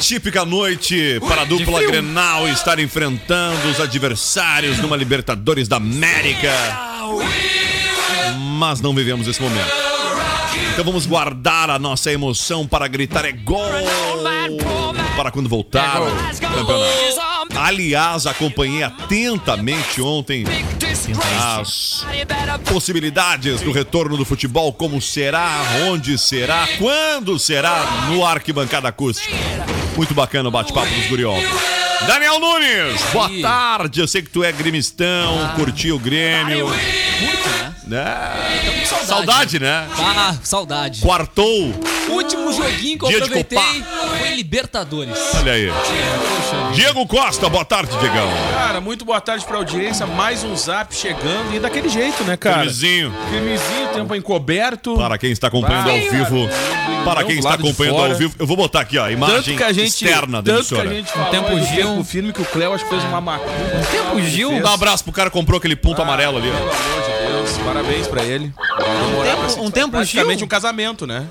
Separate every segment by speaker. Speaker 1: Típica noite para a dupla
Speaker 2: frio.
Speaker 1: Grenal estar enfrentando os adversários numa Libertadores da América. Mas não vivemos esse momento. Então vamos guardar a nossa emoção para gritar é gol para quando
Speaker 3: Ah,
Speaker 1: voltar o campeonato. Aliás, acompanhei atentamente ontem as possibilidades do retorno do futebol, como será, onde será, quando será no Arquibancada Acústica. Muito bacana o bate-papo dos guriol. Daniel Nunes, boa tarde. Eu sei que tu é grimistão,
Speaker 4: Ah.
Speaker 1: curtiu o Grêmio.
Speaker 2: Muito, né?
Speaker 1: né?
Speaker 2: Com
Speaker 1: Saudade, né?
Speaker 2: Ah, saudade.
Speaker 1: Quartou.
Speaker 2: Último joguinho que eu
Speaker 1: Dia de
Speaker 2: aproveitei
Speaker 1: Copa.
Speaker 2: foi Libertadores.
Speaker 1: Olha aí. Diego Costa, boa tarde, Diegão.
Speaker 4: Cara, muito boa tarde pra audiência. Mais um zap chegando e daquele jeito, né, cara?
Speaker 1: Camisinho.
Speaker 4: Crimezinho, tempo
Speaker 2: É
Speaker 4: encoberto.
Speaker 1: Para quem está acompanhando ao vivo. Para quem está
Speaker 4: lado de
Speaker 1: acompanhando
Speaker 4: fora.
Speaker 1: ao vivo, eu vou botar aqui, ó, a
Speaker 4: tanto
Speaker 1: imagem
Speaker 4: que a
Speaker 1: Tá,
Speaker 4: gente.
Speaker 1: externa da
Speaker 4: tanto que a
Speaker 1: emissora.
Speaker 4: gente falou
Speaker 2: tempo
Speaker 4: aí do
Speaker 2: Gil.
Speaker 4: tempo firme que o Cleo acho que fez uma macumba.
Speaker 2: Tempo Gil?
Speaker 4: Fez.
Speaker 1: Dá um abraço pro cara que comprou aquele
Speaker 2: Ah,
Speaker 1: ponto amarelo ali.
Speaker 4: Pelo
Speaker 1: ó.
Speaker 4: amor de Deus, parabéns pra ele. Demorar pra se-
Speaker 2: um tempo
Speaker 4: praticamente
Speaker 2: Gil?
Speaker 4: um casamento, né?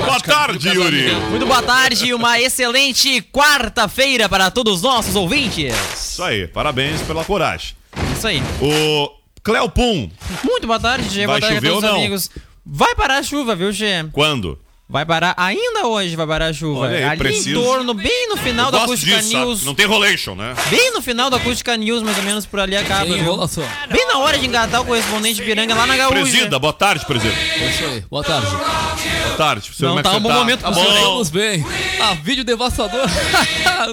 Speaker 2: um
Speaker 1: Boa tarde, Yuri.
Speaker 2: Muito boa tarde e uma excelente quarta-feira para todos os nossos ouvintes.
Speaker 1: Isso aí, parabéns pela coragem.
Speaker 2: Isso aí.
Speaker 1: O Cleo Pum,
Speaker 2: Muito boa tarde, Gê.
Speaker 1: Vai
Speaker 2: Boa tarde a
Speaker 1: chover
Speaker 2: todos
Speaker 1: ou
Speaker 2: os
Speaker 1: não?
Speaker 2: amigos. Vai parar a chuva, viu, Gê?
Speaker 1: quando?
Speaker 2: Vai parar, ainda hoje vai parar a chuva.
Speaker 1: Olha aí,
Speaker 2: Ali
Speaker 1: preciso.
Speaker 2: em torno, bem no final da
Speaker 1: Gosto
Speaker 2: Acústica
Speaker 1: disso,
Speaker 2: News.
Speaker 1: sabe? Não tem rolation, né?
Speaker 2: Bem no final da Acústica News, mais ou menos por ali acaba. viu? Bem na hora de engatar o correspondente Piranga lá na Gaúcha.
Speaker 1: Presida, boa tarde, presida.
Speaker 3: Isso aí. Boa tarde.
Speaker 1: Boa tarde. Você,
Speaker 2: Não,
Speaker 1: como é que
Speaker 2: tá
Speaker 1: você
Speaker 2: um bom momento
Speaker 1: tá
Speaker 2: pro
Speaker 1: bom.
Speaker 2: senhor,
Speaker 3: Vamos bem. Ah, vídeo devastador.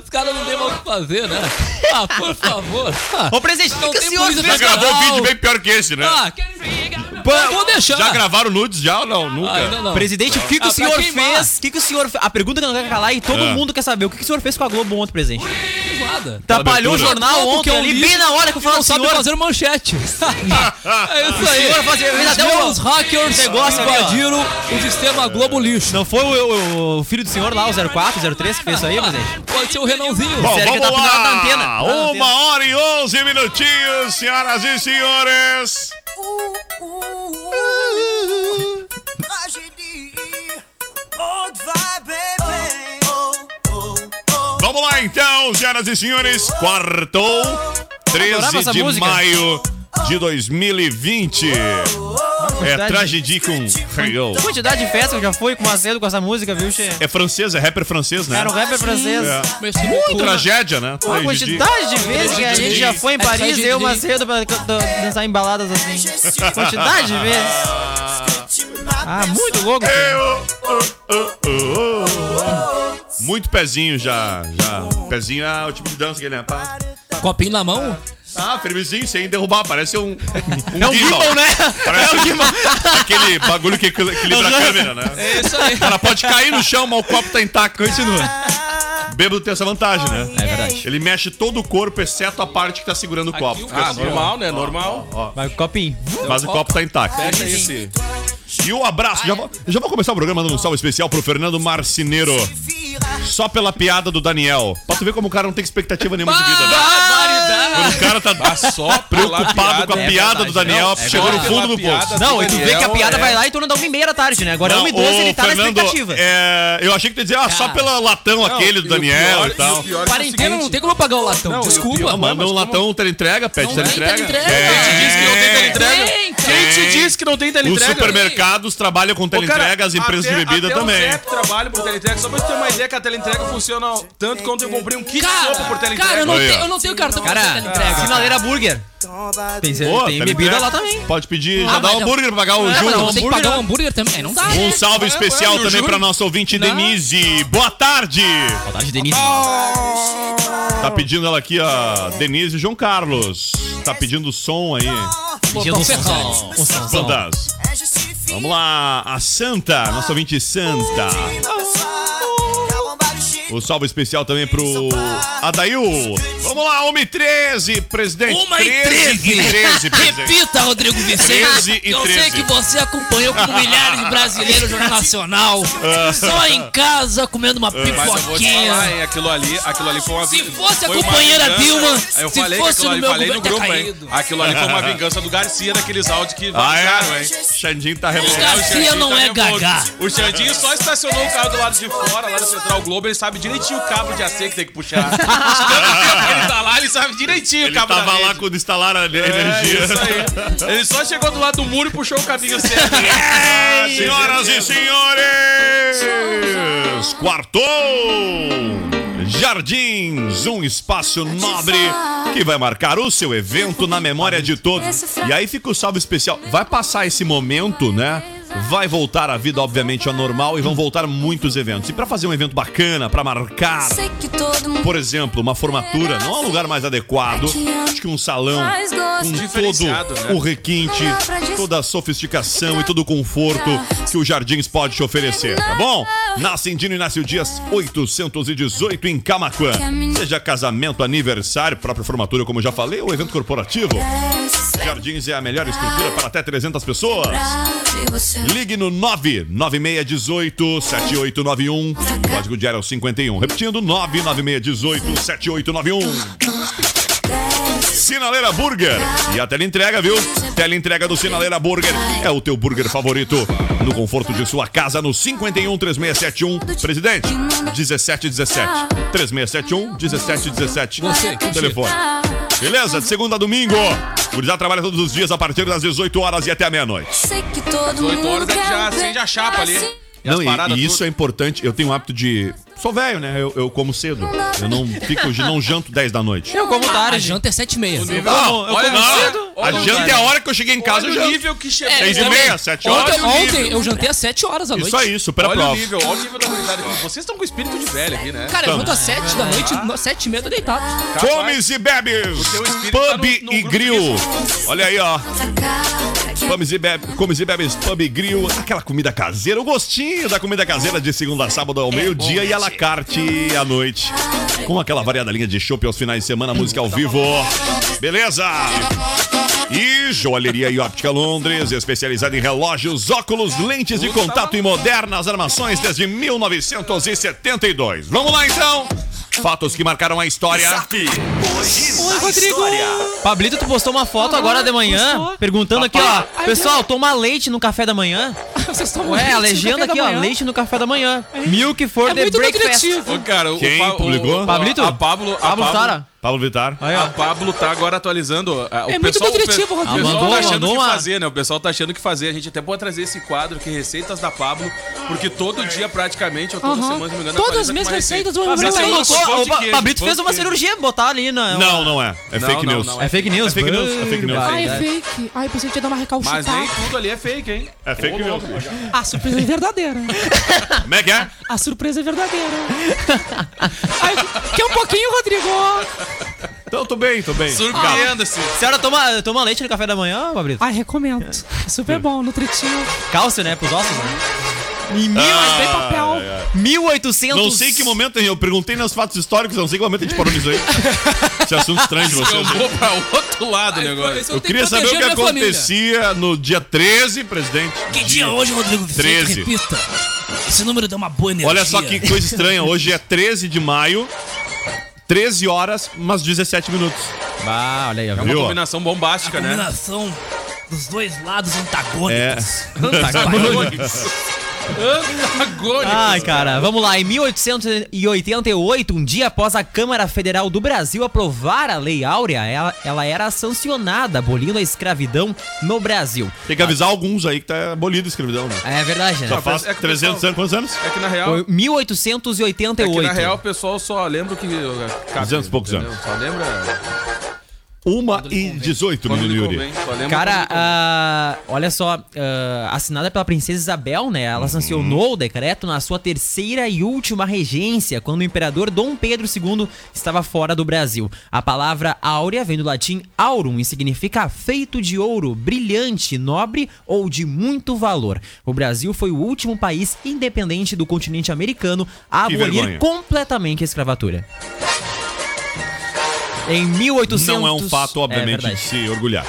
Speaker 3: Os caras não têm mais o que fazer, né? Ah, por favor. Ah,
Speaker 2: Ô, presidente,
Speaker 3: Não
Speaker 2: o que o
Speaker 3: tem
Speaker 2: senhor
Speaker 3: polícia
Speaker 1: Já
Speaker 2: fez?
Speaker 3: pra
Speaker 1: gravou um
Speaker 3: Não.
Speaker 1: vídeo bem pior que esse, né?
Speaker 3: ah, quer- Eu vou deixar.
Speaker 1: Já gravaram nudes já ou não? Nunca.
Speaker 3: Ah, ainda não.
Speaker 2: Presidente, o que, que
Speaker 3: Ah,
Speaker 2: o
Speaker 3: pra
Speaker 2: senhor
Speaker 3: queimar. Ah.
Speaker 2: fez? O que, que o senhor fe- A pergunta que não quer calar e todo
Speaker 1: É.
Speaker 2: mundo quer saber. O que, que o senhor fez com a Globo ontem, presidente?
Speaker 3: Nada.
Speaker 2: Atrapalhou o
Speaker 1: abertura.
Speaker 3: Tudo
Speaker 2: jornal
Speaker 3: tá que
Speaker 2: ontem
Speaker 3: eu
Speaker 2: ali,
Speaker 3: li,
Speaker 2: bem na hora que eu falo
Speaker 3: Não
Speaker 2: do
Speaker 3: sabe
Speaker 2: senhor.
Speaker 3: fazer manchete. é isso aí.
Speaker 2: senhor fazer- ele
Speaker 3: Os
Speaker 2: até um-
Speaker 3: meus hackers
Speaker 2: negócio ali, ó.
Speaker 3: invadiram o sistema Globo Lixo.
Speaker 2: Não foi o, o- o filho do senhor lá, o 04, 03, que fez isso aí, presidente?
Speaker 3: Pode ser o Renãozinho.
Speaker 1: Bom,
Speaker 2: Sério que
Speaker 1: vamos
Speaker 2: tá pendurado
Speaker 1: lá.
Speaker 2: na antena. Tá na antena.
Speaker 1: Uma hora e onze minutinhos, senhoras e senhores. Vamos lá então, senhoras e senhores. Quartou, 13
Speaker 2: essa
Speaker 1: de
Speaker 2: música.
Speaker 1: maio de 2020. É
Speaker 2: quantidade-
Speaker 1: Tragedicum Rio.
Speaker 2: A quantidade de festa que já foi com o Macedo com essa música, viu,
Speaker 3: né?
Speaker 2: Che?
Speaker 1: É francês, é rapper francês, né?
Speaker 2: Era um rapper francês.
Speaker 1: É.
Speaker 3: Mas que loucura.
Speaker 1: Tragédia, né?
Speaker 2: A
Speaker 1: Tragedi-
Speaker 2: quantidade de vezes que a gente já foi em
Speaker 3: É, sai
Speaker 2: Paris,
Speaker 3: de
Speaker 2: eu
Speaker 3: drink.
Speaker 2: Macedo pra pra dançar em baladas assim. Quantidade de vezes. Ah, muito louco. cara.
Speaker 1: Eu- oh, oh, oh. Muito pezinho já, já. Pezinho é o tipo de dança que ele é. Pá.
Speaker 3: Copinho na mão.
Speaker 1: Ah, firmezinho, sem derrubar, parece um. um
Speaker 2: É um
Speaker 1: gimbal.
Speaker 2: gimbal, né?
Speaker 1: Parece aquele bagulho que equil- equilibra a câmera, né?
Speaker 3: É isso aí.
Speaker 1: O cara pode cair no chão, mas o copo tá intacto. Continua. Bêbado tem essa vantagem, né? É verdade. Ele mexe todo o corpo, exceto a parte que tá segurando o copo. Fica
Speaker 4: Ah,
Speaker 1: assim,
Speaker 4: normal, né? Normal.
Speaker 2: Vai, copinho.
Speaker 1: ó. Mas o copo tá intacto.
Speaker 4: Fecha esse.
Speaker 1: E um abraço. Já vou, já vou começar o programa dando um salve especial pro Fernando Marcineiro. Só pela piada do Daniel. Pra tu ver como o cara não tem expectativa nenhuma de vida, né?
Speaker 4: Ah!
Speaker 3: Barbaridade!
Speaker 1: O cara tá
Speaker 4: Só né?
Speaker 1: preocupado
Speaker 4: é
Speaker 1: com a piada do Daniel, chegou no fundo do poço.
Speaker 2: Não, e tu vê que a piada
Speaker 4: é.
Speaker 2: vai lá em torno da 1 e meia da tarde, né? Agora é 1 e 12
Speaker 1: ô,
Speaker 2: ele tá na
Speaker 1: Fernando,
Speaker 2: expectativa.
Speaker 1: é, eu achei que tu ia dizer, ah, só
Speaker 3: Cara.
Speaker 1: pelo latão aquele do Daniel e,
Speaker 4: é
Speaker 1: tal.
Speaker 3: Quarentena não tem como pagar o latão,
Speaker 4: Não,
Speaker 3: desculpa.
Speaker 1: Ah, manda um
Speaker 4: mas
Speaker 1: latão, teleentrega, pede
Speaker 3: Não tem
Speaker 1: teleentrega.
Speaker 3: teleentrega.
Speaker 1: Pede.
Speaker 3: Quem te
Speaker 4: disse
Speaker 3: Tem, cara.
Speaker 4: que não tem teleentrega? Quem te disse que não tem
Speaker 1: É. Os
Speaker 4: teleentrega?
Speaker 1: supermercados trabalham com
Speaker 4: Ô, cara,
Speaker 1: teleentrega, as empresas
Speaker 4: até-
Speaker 1: de bebida
Speaker 4: até
Speaker 1: também.
Speaker 4: O Zep trabalha por teleentrega. Só pra você ter uma ideia que a teleentrega funciona tanto quanto eu comprei um kit de sopa por
Speaker 3: Cara,
Speaker 4: teleentrega.
Speaker 3: cara eu, não
Speaker 1: Aí, ó.
Speaker 3: tenho, eu não tenho cartão pra
Speaker 2: Cara,
Speaker 3: fazer entrega.
Speaker 2: sinaleira burger. Tem,
Speaker 1: Pô,
Speaker 2: tem
Speaker 1: teleentrega.
Speaker 2: bebida lá também.
Speaker 1: Pode pedir,
Speaker 3: Ah,
Speaker 1: já dá
Speaker 3: mas
Speaker 1: um
Speaker 3: não-
Speaker 1: hambúrguer pra pagar o
Speaker 3: Não, mas eu vou
Speaker 1: júri.
Speaker 3: ter que pagar o hambúrguer também. É, não dá.
Speaker 1: Um salve especial
Speaker 3: o
Speaker 1: também
Speaker 3: júri.
Speaker 1: pra nossa ouvinte
Speaker 3: Não.
Speaker 1: Denise. Boa tarde!
Speaker 2: Boa tarde, Denise.
Speaker 1: Tá pedindo ela aqui, a Denise João Carlos. Tá pedindo som aí.
Speaker 2: Dia do
Speaker 3: Ferrão.
Speaker 2: Sonsão. O Sonsão.
Speaker 1: Bandas. Vamos lá, a Santa, nossa ouvinte Santa. O salve especial também pro Adail. Vamos lá, 1 e 13, presidente.
Speaker 3: 1 e 13.
Speaker 1: e 13, presidente.
Speaker 3: Repita, Rodrigo Vicente.
Speaker 1: 13 e
Speaker 3: eu
Speaker 1: 13.
Speaker 3: sei que você acompanhou como milhares de brasileiros o Jornal Nacional. só em casa, comendo uma
Speaker 4: Mas eu vou te falar,
Speaker 3: pipoquinha.
Speaker 4: hein, aquilo ali, aquilo ali foi uma
Speaker 3: Se
Speaker 4: ving-
Speaker 3: fosse a
Speaker 4: foi uma
Speaker 3: companheira
Speaker 4: vingança.
Speaker 3: Dilma,
Speaker 4: eu
Speaker 3: se
Speaker 4: falei que
Speaker 3: fosse
Speaker 4: aquilo
Speaker 3: no meu
Speaker 4: ali, falei no
Speaker 3: grupo, ia
Speaker 4: grupo,
Speaker 3: ter
Speaker 4: hein?
Speaker 3: caído.
Speaker 4: Aquilo ali foi uma vingança do Garcia daqueles áudios que
Speaker 1: Ah,
Speaker 4: vazaram,
Speaker 1: é?
Speaker 4: hein?
Speaker 1: Xandinho tá
Speaker 4: O
Speaker 1: revoltado.
Speaker 3: Garcia
Speaker 4: Xandinho
Speaker 3: não é
Speaker 4: revolto.
Speaker 3: gagá.
Speaker 4: O Xandinho só estacionou o carro do lado de fora, lá da Central Globo, ele sabe direitinho o cabo de AC que tem que puxar. De tanto tempo que ele tá lá, ele sabe direitinho
Speaker 1: Ele
Speaker 4: o cabo da
Speaker 1: tava lá
Speaker 4: rede.
Speaker 1: quando instalaram a
Speaker 4: É,
Speaker 1: energia.
Speaker 4: isso aí. Ele só chegou do lado do muro e puxou o caminho certo.
Speaker 1: Ah, Senhoras e senhores, quartou! Jardins, um espaço nobre que vai marcar o seu evento na memória de todos. E aí fica o salve especial. Vai passar esse momento, né? Vai voltar a vida, obviamente, ao normal e vão voltar muitos eventos. E para fazer um evento bacana, para marcar, por exemplo, uma formatura, não é um lugar mais adequado. Acho que um salão com
Speaker 4: Diferenciado,
Speaker 1: todo
Speaker 4: né?
Speaker 1: o requinte, toda a sofisticação e todo o conforto que o Jardins pode te oferecer, tá bom? Na Cindino Inácio Dias 818 em Camaquã. Seja casamento, aniversário, própria formatura, como eu já falei, ou evento corporativo. Jardins é a melhor estrutura para até 300 pessoas. Ligue no 99618 7891. Código de área é o 51. Repetindo, 99618 7891. Sinaleira Burger. E a teleentrega, viu? Teleentrega do Sinaleira Burger. É o teu burger favorito. No conforto de sua casa, no 51 3671. Presidente, 1717. 3671 1717.
Speaker 3: Você, que
Speaker 1: Telefone. Beleza? De segunda a domingo. Gurizada trabalha todos os dias a partir das 18 horas e até a meia-noite.
Speaker 4: 18 horas é que já acende a chapa ali. E as
Speaker 1: Não, e-
Speaker 4: paradas
Speaker 1: e,
Speaker 4: tudo.
Speaker 1: isso é importante. Eu tenho o hábito de. Sou velho, né? Eu, eu como cedo. Eu não fico, não janto 10 da noite.
Speaker 2: Eu como
Speaker 3: A
Speaker 2: tarde.
Speaker 3: janta é sete e meia.
Speaker 1: Não, eu
Speaker 4: olha,
Speaker 1: como
Speaker 4: não.
Speaker 1: cedo. A
Speaker 4: Olha,
Speaker 1: janta é a hora que eu cheguei em casa, eu
Speaker 4: Olha o
Speaker 1: janto.
Speaker 4: nível que chegou.
Speaker 1: Seis e
Speaker 3: eu-
Speaker 1: meia, sete horas.
Speaker 3: é Ontem,
Speaker 1: Olha o
Speaker 3: ontem eu jantei às sete horas da noite.
Speaker 1: Isso aí, supera a
Speaker 4: Olha o
Speaker 1: prova.
Speaker 4: nível, olha o nível da humanidade. Vocês estão com espírito de velho aqui, né?
Speaker 3: Cara, eu
Speaker 1: Tamo.
Speaker 3: janto às sete da noite, no- sete e meia eu tô deitado.
Speaker 1: Comes e bebes.
Speaker 4: teu espírito tá
Speaker 1: Pub
Speaker 4: no- no
Speaker 1: e
Speaker 4: grupo
Speaker 1: grill. Olha aí, ó. Comes e, bebe, comes e bebes, pub e grill. Aquela comida caseira, o gostinho da comida caseira de segunda a sábado
Speaker 4: É
Speaker 1: ao meio-dia e à la carte à noite. Com aquela variada linha de chopp aos finais de semana, música ao vivo. Beleza? E joalheria e óptica Londres, especializada em relógios, óculos, lentes de contato e modernas armações desde 1972. Vamos lá então! Fatos que marcaram a história.
Speaker 2: Oi, Rodrigo. Pablito, tu postou uma
Speaker 3: Ah,
Speaker 2: foto agora de manhã, perguntando aqui, ó. Pessoal, toma leite no café da manhã?
Speaker 3: Vocês tomam
Speaker 2: Ué,
Speaker 3: leite
Speaker 2: a
Speaker 3: no
Speaker 2: legenda
Speaker 3: café da
Speaker 2: aqui, ó.
Speaker 3: manhã?
Speaker 2: Leite no café da manhã. Milk for
Speaker 3: É
Speaker 2: the
Speaker 3: muito
Speaker 2: breakfast.
Speaker 3: lucrativo.
Speaker 4: Ô, cara, o
Speaker 1: Quem
Speaker 4: Pa- o-
Speaker 1: publicou?
Speaker 4: o-
Speaker 2: Pablito?
Speaker 4: A Pablo. A
Speaker 2: Pablo Sara.
Speaker 1: Pablo Vittar.
Speaker 2: Aí,
Speaker 4: A
Speaker 2: ó.
Speaker 4: Pablo tá agora atualizando. ah, O
Speaker 3: É muito
Speaker 4: pessoal, o pe-
Speaker 3: nutritivo,
Speaker 4: O
Speaker 3: Rodrigo.
Speaker 4: pessoal
Speaker 2: Mandou,
Speaker 4: tá achando
Speaker 2: mandou
Speaker 4: o que
Speaker 2: uma-
Speaker 4: fazer, né? O pessoal tá achando o que fazer. A gente até pode trazer esse quadro que é Receitas da Pablo, porque todo dia praticamente, ou toda
Speaker 3: Aham.
Speaker 4: semana, se não me engano,
Speaker 3: Todas
Speaker 4: atualiza
Speaker 3: as
Speaker 4: com
Speaker 3: mesmas
Speaker 4: uma
Speaker 3: receitas
Speaker 4: receita.
Speaker 3: do Mas
Speaker 2: Pablito
Speaker 4: essa é
Speaker 3: Brasil.
Speaker 4: nossa
Speaker 2: colocou-
Speaker 4: pão
Speaker 2: o
Speaker 4: de
Speaker 2: Pa-
Speaker 4: queijo,
Speaker 2: Pablito
Speaker 4: pão
Speaker 2: fez
Speaker 4: de
Speaker 2: uma
Speaker 4: queijo.
Speaker 2: cirurgia, botar ali na...
Speaker 1: Não, não é. É
Speaker 4: Não,
Speaker 1: fake
Speaker 4: não,
Speaker 1: news.
Speaker 4: não
Speaker 2: É fake
Speaker 1: É
Speaker 2: news?
Speaker 1: fake news. É fake news.
Speaker 3: Ai,
Speaker 2: Verdade.
Speaker 3: fake. Ai, pensei que ia dar uma
Speaker 4: Mas
Speaker 2: tá?
Speaker 3: recalcitada.
Speaker 4: nem tudo ali é fake, hein?
Speaker 1: É fake
Speaker 4: Ô,
Speaker 1: news.
Speaker 4: louco.
Speaker 3: A surpresa é verdadeira.
Speaker 1: Como é que é?
Speaker 3: A surpresa é verdadeira. Ai, que um pouquinho, Rodrigo.
Speaker 1: Então, tô bem, tô bem.
Speaker 4: Surpreenda-se.
Speaker 2: A senhora toma, toma leite no café da manhã, Pablito?
Speaker 3: Ai, recomendo. É Super bom, nutritivo.
Speaker 2: Cálcio, né? Pros ossos, né? Em mil,
Speaker 1: Ah,
Speaker 3: Tem papel.
Speaker 2: 1800...
Speaker 1: Não sei que momento, hein? eu perguntei nos fatos históricos, não sei que momento a gente parou nisso aí. Esse assunto estranho de vocês. hein?
Speaker 4: Vou pra outro lado é o negócio.
Speaker 1: Eu queria saber o que acontecia no dia 13, presidente.
Speaker 3: Que dia hoje, Rodrigo Vicente?
Speaker 1: 13.
Speaker 3: Repita. Esse número deu uma boa energia.
Speaker 1: Olha só que coisa estranha. Hoje é 13 de maio, 13 horas, mas 17 minutos.
Speaker 2: Ah, olha aí, ó.
Speaker 4: Uma
Speaker 1: Viu?
Speaker 4: combinação bombástica,
Speaker 3: A
Speaker 4: né?
Speaker 3: combinação dos dois lados
Speaker 1: É.
Speaker 3: antagônicos.
Speaker 1: é
Speaker 4: Antagônico.
Speaker 2: Ai, cara, vamos lá. Em 1888, um dia após a Câmara Federal do Brasil aprovar a Lei Áurea, ela, ela era sancionada, abolindo a escravidão no Brasil.
Speaker 1: Tem que avisar alguns aí que tá abolido a escravidão. Né?
Speaker 2: É verdade, né?
Speaker 1: Já faz
Speaker 4: é que o
Speaker 1: 300 anos, quantos anos?
Speaker 4: É que na real.
Speaker 2: Foi
Speaker 4: É que
Speaker 2: 1888.
Speaker 4: na real o pessoal só lembra o que.
Speaker 1: 200 e poucos
Speaker 4: entendeu?
Speaker 1: anos.
Speaker 4: Só lembra.
Speaker 1: 1 e 18,
Speaker 4: Quando
Speaker 1: menino
Speaker 4: lhe
Speaker 1: Yuri.
Speaker 4: convém, só lembra
Speaker 2: Cara,
Speaker 4: quando lhe convém.
Speaker 2: ah, olha só, ah, assinada pela princesa Isabel, né?
Speaker 1: Uhum.
Speaker 2: Ela sancionou o decreto na sua terceira e última regência, quando o imperador Dom Pedro II estava fora do Brasil. A palavra áurea vem do latim aurum e significa feito de ouro, brilhante, nobre ou de muito valor. O Brasil foi o último país independente do continente americano a
Speaker 1: Que
Speaker 2: abolir
Speaker 1: vergonha.
Speaker 2: completamente a escravatura. Em 1800
Speaker 1: Não é um fato,
Speaker 2: É
Speaker 1: obviamente, de
Speaker 2: verdade.
Speaker 1: se orgulhar.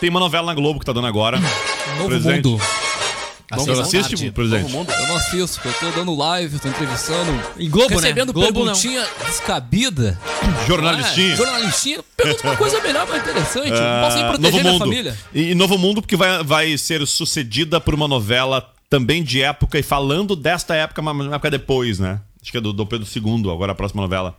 Speaker 1: Tem uma novela na Globo que tá dando agora.
Speaker 3: Novo
Speaker 1: Presidente.
Speaker 3: mundo.
Speaker 1: Não assiste, presidente?
Speaker 3: Eu não assisto, eu tô dando live, tô entrevistando.
Speaker 2: Em Globo, né?
Speaker 3: recebendo
Speaker 2: Globo não.
Speaker 3: perguntinha descabida.
Speaker 1: Jornalistinha.
Speaker 3: Ah, jornalistinha. Pergunta uma coisa melhor, mais interessante.
Speaker 1: Ah,
Speaker 3: não posso nem proteger
Speaker 1: Novo
Speaker 3: minha
Speaker 1: Mundo.
Speaker 3: família.
Speaker 1: E, e Novo Mundo, porque vai, vai ser sucedida por uma novela também de época e falando desta época, uma, uma época depois, né? Acho que é do, do Pedro II, agora a próxima novela.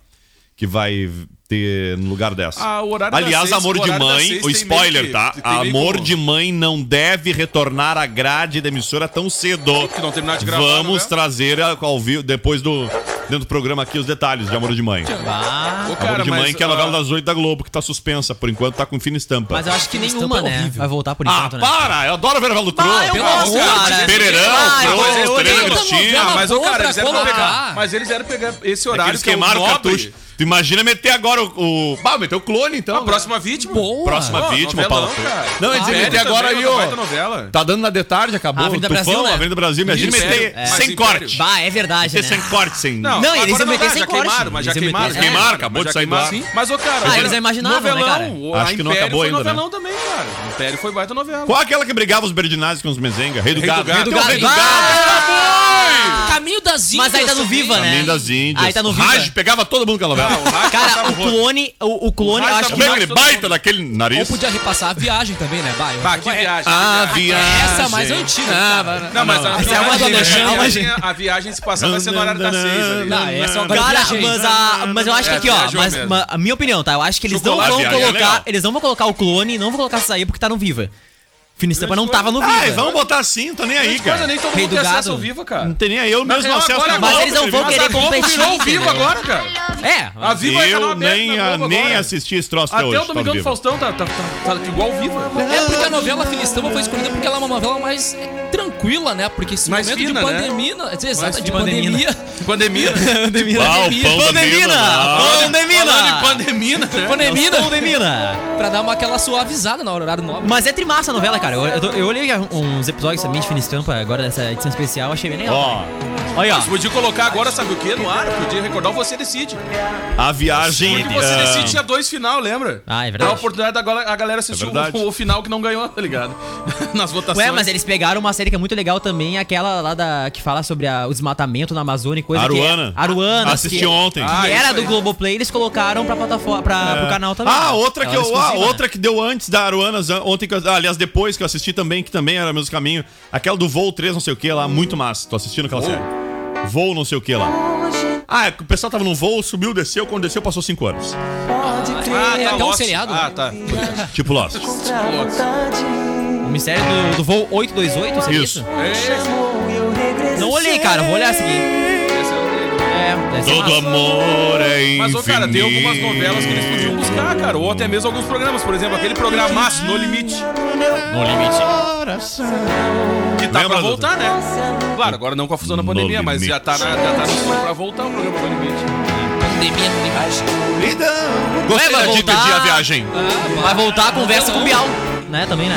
Speaker 1: Que vai ter no lugar dessa.
Speaker 4: Ah, o horário das
Speaker 1: Aliás,
Speaker 4: seis,
Speaker 1: Amor
Speaker 4: o
Speaker 1: de
Speaker 4: horário das
Speaker 1: Mãe,
Speaker 4: seis
Speaker 1: o
Speaker 4: tem
Speaker 1: spoiler,
Speaker 4: meio que- um-
Speaker 1: tá?
Speaker 4: tem meio
Speaker 1: Amor
Speaker 4: como-
Speaker 1: de Mãe não deve retornar à grade da emissora tão cedo.
Speaker 4: Que não terminar de gravar,
Speaker 1: Vamos
Speaker 4: né?
Speaker 1: trazer a- ao vivo, depois do. Dentro do programa aqui, os detalhes de Amor de Mãe.
Speaker 2: Ah,
Speaker 4: Ô,
Speaker 1: Amor de Mãe,
Speaker 4: mas,
Speaker 1: que é a novela
Speaker 4: ah,
Speaker 1: das oito da Globo, que tá suspensa. Por enquanto tá com fina estampa.
Speaker 2: Mas eu acho que nenhuma,
Speaker 3: Estampa é
Speaker 2: né?
Speaker 3: horrível.
Speaker 2: Vai voltar por
Speaker 1: Ah,
Speaker 2: enquanto, né?
Speaker 1: para! Eu adoro ver novela do Trono.
Speaker 2: eu
Speaker 3: gosto, cara.
Speaker 1: Pereirão,
Speaker 2: Ah, eu
Speaker 1: Trono,
Speaker 2: odeio
Speaker 1: Pereira
Speaker 2: toda
Speaker 1: Cristina.
Speaker 3: novela
Speaker 1: Mas
Speaker 4: Ah, Mas, ô, cara, eles
Speaker 3: Outra
Speaker 4: eram
Speaker 3: coisa.
Speaker 4: pegar. Mas eles eram pegar esse
Speaker 1: é que
Speaker 4: horário
Speaker 1: eles
Speaker 4: que é o
Speaker 1: queimar o
Speaker 4: nobre.
Speaker 1: cartucho. Tu imagina meter agora o... o... Bah, meteu o clone, então. né?
Speaker 4: A próxima vítima.
Speaker 3: Boa.
Speaker 1: Próxima
Speaker 4: Ó,
Speaker 1: vítima,
Speaker 4: novelão,
Speaker 1: Paulo.
Speaker 4: cara.
Speaker 1: Não, é
Speaker 4: Ah,
Speaker 1: dizer, meter
Speaker 4: também,
Speaker 1: agora aí,
Speaker 4: uma baita
Speaker 1: ó.
Speaker 4: novela.
Speaker 1: Tá dando na de tarde, acabou.
Speaker 2: A Avenida
Speaker 1: Tufão,
Speaker 2: Brasil, né?
Speaker 1: a Venda Brasil. Imagina
Speaker 4: Isso,
Speaker 1: meter
Speaker 4: sério. É.
Speaker 1: sem
Speaker 4: Mas
Speaker 1: corte.
Speaker 2: Bah, é verdade,
Speaker 1: Meter
Speaker 2: né?
Speaker 1: sem corte, sem...
Speaker 2: Não, eles
Speaker 4: agora
Speaker 2: iam meter
Speaker 4: dá,
Speaker 2: sem
Speaker 4: já
Speaker 2: corte.
Speaker 4: Queimaram, mas já
Speaker 2: Eles iam meter-
Speaker 4: queimaram.
Speaker 2: É.
Speaker 1: Queimaram, acabou
Speaker 4: mas
Speaker 1: de
Speaker 4: já
Speaker 1: sair do ar.
Speaker 4: queimaram. Mas, ô, cara...
Speaker 2: Ah,
Speaker 4: olha,
Speaker 2: eles já imaginavam, né, cara?
Speaker 4: o-
Speaker 1: Acho
Speaker 4: a
Speaker 1: que não
Speaker 4: Império
Speaker 1: acabou
Speaker 4: foi
Speaker 1: ainda, né?
Speaker 4: novelão também, cara. O Império foi baita novela.
Speaker 1: Qual é aquela que brigava os Berdinazzi com os Mezenga? Rei do
Speaker 4: Rei do
Speaker 1: Gado.
Speaker 4: Gado.
Speaker 1: Meteu o Rei do
Speaker 2: Bah!
Speaker 1: Gado.
Speaker 3: Caminho das Índias.
Speaker 2: Mas aí tá no
Speaker 3: também.
Speaker 2: Viva, né?
Speaker 1: Caminho das Índias.
Speaker 2: Aí tá no Viva.
Speaker 1: Raj pegava todo mundo com a novela. Tá
Speaker 2: Cara, o clone, o, o clone, eu
Speaker 4: Mas
Speaker 2: acho é que...
Speaker 4: tá
Speaker 1: Como é aquele
Speaker 4: todo
Speaker 1: baita
Speaker 4: mundo.
Speaker 1: daquele
Speaker 3: Ou
Speaker 1: nariz?
Speaker 3: podia repassar a viagem também, né? Vai,
Speaker 4: Bah, que viagem.
Speaker 1: Ah,
Speaker 4: que viagem.
Speaker 1: viagem.
Speaker 3: Essa é a mais antiga. Ah, vai,
Speaker 4: Não, mas a
Speaker 2: essa é
Speaker 4: viagem,
Speaker 2: uma do Alexandre,
Speaker 4: a viagem-
Speaker 2: Alexandre.
Speaker 4: a viagem se passar vai ser no horário das seis ali.
Speaker 1: Não,
Speaker 3: essa é uma
Speaker 2: Cara,
Speaker 3: viagem.
Speaker 2: mas, a, mas eu acho que
Speaker 4: É,
Speaker 2: aqui, ó,
Speaker 4: viajou
Speaker 2: mas,
Speaker 4: mesmo.
Speaker 2: ma- a minha opinião, tá? Eu acho que eles não
Speaker 1: Chocolate,
Speaker 2: vão
Speaker 1: viagem é legal.
Speaker 2: colocar, eles não vão colocar o clone, não vão colocar essa aí porque tá no Viva. Finistampa não tava no Viva.
Speaker 1: Ai, vamos botar assim, tô nem aí,
Speaker 4: Coisa,
Speaker 1: cara.
Speaker 4: nem todo
Speaker 2: Rei
Speaker 4: mundo
Speaker 2: do
Speaker 4: tem acesso
Speaker 2: Gado.
Speaker 4: ao Viva,
Speaker 1: Não
Speaker 4: cara.
Speaker 1: tem nem aí, eu mesmo
Speaker 4: real,
Speaker 1: acesso
Speaker 4: agora- é
Speaker 1: na
Speaker 2: mas
Speaker 1: Globo,
Speaker 2: eles não vão
Speaker 1: televisão.
Speaker 4: Mas
Speaker 2: querer
Speaker 4: a Globo
Speaker 2: competir,
Speaker 4: virou o Viva
Speaker 2: entendeu?
Speaker 4: agora, cara.
Speaker 2: É,
Speaker 1: Ah,
Speaker 4: A Viva é canal
Speaker 1: Eu
Speaker 4: aberto
Speaker 1: nem,
Speaker 4: na
Speaker 1: a-
Speaker 4: Globo
Speaker 1: nem
Speaker 4: agora.
Speaker 1: assisti esse troço até
Speaker 4: Até
Speaker 1: hoje.
Speaker 4: o Domingão
Speaker 1: tá
Speaker 4: do
Speaker 1: vivo.
Speaker 4: Faustão tá, tá, tá, tá igual o Viva.
Speaker 3: É porque a novela Filistama foi escolhida porque ela é uma novela mais tranquila, né? Porque esse
Speaker 4: Mais
Speaker 3: momento
Speaker 4: fina,
Speaker 3: de
Speaker 4: né?
Speaker 3: pandemia, né? exato, de
Speaker 2: fina.
Speaker 3: pandemia.
Speaker 4: Pandemia.
Speaker 1: Ah, o pão da mina. Ah,
Speaker 2: Pandemina!
Speaker 4: Pandemia, né?
Speaker 3: Pandemia,
Speaker 2: Pandemina!
Speaker 3: pra dar uma aquela suavizada na hora horário nobre.
Speaker 2: Mas é trimassa a novela, cara. Eu, eu tô- eu olhei uns episódios também de Finistampa agora dessa edição especial, achei bem legal.
Speaker 1: Ó,
Speaker 2: Olha, ó.
Speaker 4: Podia colocar agora, sabe o que? No ar, podia recordar o Você Decide.
Speaker 1: a viagem.
Speaker 4: Porque Você
Speaker 1: ah,
Speaker 4: Decide tinha dois final, lembra?
Speaker 2: Ah, é
Speaker 4: Dá a
Speaker 2: verdade.
Speaker 4: oportunidade da galera, a galera assistir
Speaker 1: É verdade.
Speaker 4: o, o final que não ganhou, tá ligado? Nas votações.
Speaker 2: Ué, mas eles pegaram uma série que é muito legal também, aquela lá da que fala sobre a- o desmatamento na Amazônia
Speaker 4: é.
Speaker 2: e coisa
Speaker 1: Aruana.
Speaker 2: que... é Aruana.
Speaker 1: Assisti
Speaker 2: que- é-
Speaker 1: ontem.
Speaker 2: Que
Speaker 4: Ah, isso
Speaker 2: era do
Speaker 4: aí.
Speaker 2: Globoplay, eles colocaram pra plataforma, pra, pro canal
Speaker 4: tá
Speaker 2: também.
Speaker 1: Ah, outra que,
Speaker 2: Ela
Speaker 1: eu,
Speaker 2: era
Speaker 1: ah,
Speaker 4: né?
Speaker 2: exclusiva,
Speaker 1: outra que deu antes da Aruanas, ah, ontem, que eu- ah, aliás, depois que eu assisti também, que também era o mesmo caminho. Aquela do Voo 3, não sei o que lá, muito massa. Tô assistindo aquela série. Voo não sei o que lá. Ah, é que o pessoal tava num voo, subiu, desceu, quando desceu passou 5 anos.
Speaker 4: Ah,
Speaker 3: É
Speaker 4: tá,
Speaker 5: então,
Speaker 3: até um
Speaker 4: Lost.
Speaker 3: seriado.
Speaker 4: Ah, tá.
Speaker 1: Tipo Lost.
Speaker 2: Né? O mistério do, do voo 828,
Speaker 4: é
Speaker 2: seria
Speaker 1: Isso.
Speaker 2: isso?
Speaker 4: Esse-
Speaker 2: Não olhei, cara, vou olhar esse aqui.
Speaker 4: esse é o-
Speaker 2: É, deve ser
Speaker 1: Todo
Speaker 2: massa.
Speaker 1: amor é infinito.
Speaker 4: Mas, ô, cara, tem algumas novelas que eles podiam buscar, cara. Ou até mesmo alguns programas. Por exemplo, aquele programaço No Limite.
Speaker 1: No limite.
Speaker 4: Que tá
Speaker 1: Lembra,
Speaker 4: pra voltar, né? Claro, agora não com a fusão da
Speaker 1: No
Speaker 4: pandemia, mas
Speaker 1: Limite.
Speaker 4: já tá, na, já tá no filme pra voltar o programa No Limite.
Speaker 3: Pandemia, pandemia.
Speaker 1: Gostei
Speaker 2: Vai
Speaker 1: da dica
Speaker 2: voltar.
Speaker 1: de a viagem.
Speaker 2: Vai voltar a conversa com o Bial. né? Também, né?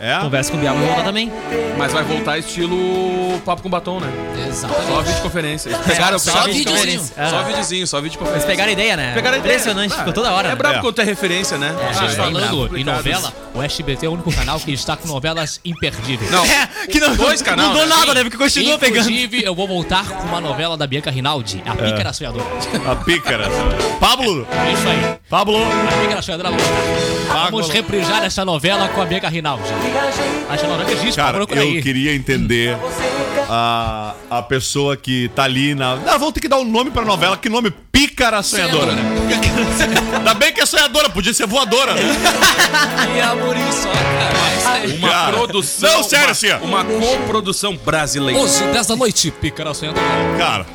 Speaker 1: É?
Speaker 2: Conversa com o Bial vai voltar também.
Speaker 4: Mas vai voltar estilo papo com batom, né? Só
Speaker 3: Exatamente.
Speaker 4: videoconferência. Eles pegaram,
Speaker 3: só
Speaker 4: pegaram
Speaker 3: videozinho.
Speaker 4: videoconferência.
Speaker 2: É, Ah.
Speaker 4: Só videozinho, só
Speaker 2: Eles
Speaker 4: videoconferência.
Speaker 2: pegaram a ideia, né?
Speaker 4: Pegaram a ideia.
Speaker 2: Impressionante,
Speaker 4: Ah,
Speaker 2: ficou toda hora.
Speaker 4: É
Speaker 2: né?
Speaker 4: brabo
Speaker 1: É.
Speaker 4: quando tem referência,
Speaker 2: É,
Speaker 4: né? Vocês
Speaker 2: bem brabo.
Speaker 4: falando
Speaker 3: Falando em
Speaker 4: complicado
Speaker 3: novela,
Speaker 4: isso.
Speaker 3: o SBT é o único canal que está com novelas imperdíveis.
Speaker 4: Não,
Speaker 2: É, que não,
Speaker 4: dois canal,
Speaker 2: não dou
Speaker 4: né?
Speaker 2: nada, né? Porque continua pegando. É.
Speaker 3: Inclusive, eu vou voltar com uma novela da Bianca Rinaldi, A Pícara Sonhadora.
Speaker 1: A pícara. Pablo!
Speaker 3: É isso aí.
Speaker 1: Pablo!
Speaker 3: A Pícara Sonhadora vai voltar. Vamos
Speaker 1: Fábula.
Speaker 3: reprisar essa novela com a Bianca Rinaldi. Essa novela existe,
Speaker 1: Cara,
Speaker 3: procura aí.
Speaker 1: eu queria entender a, a pessoa que tá ali na. Ah, vão ter que dar um nome pra novela. Que nome? Pícara sonhadora, né? Ainda bem que é sonhadora, podia ser voadora, né?
Speaker 3: E a Muriçoca, vai sair.
Speaker 4: Uma
Speaker 1: Cara,
Speaker 4: produção.
Speaker 1: não, sério,
Speaker 4: uma-
Speaker 1: assim, ó.
Speaker 4: Uma coprodução brasileira.
Speaker 3: 11, 10 da noite, Pícara Sonhadora.
Speaker 1: Cara.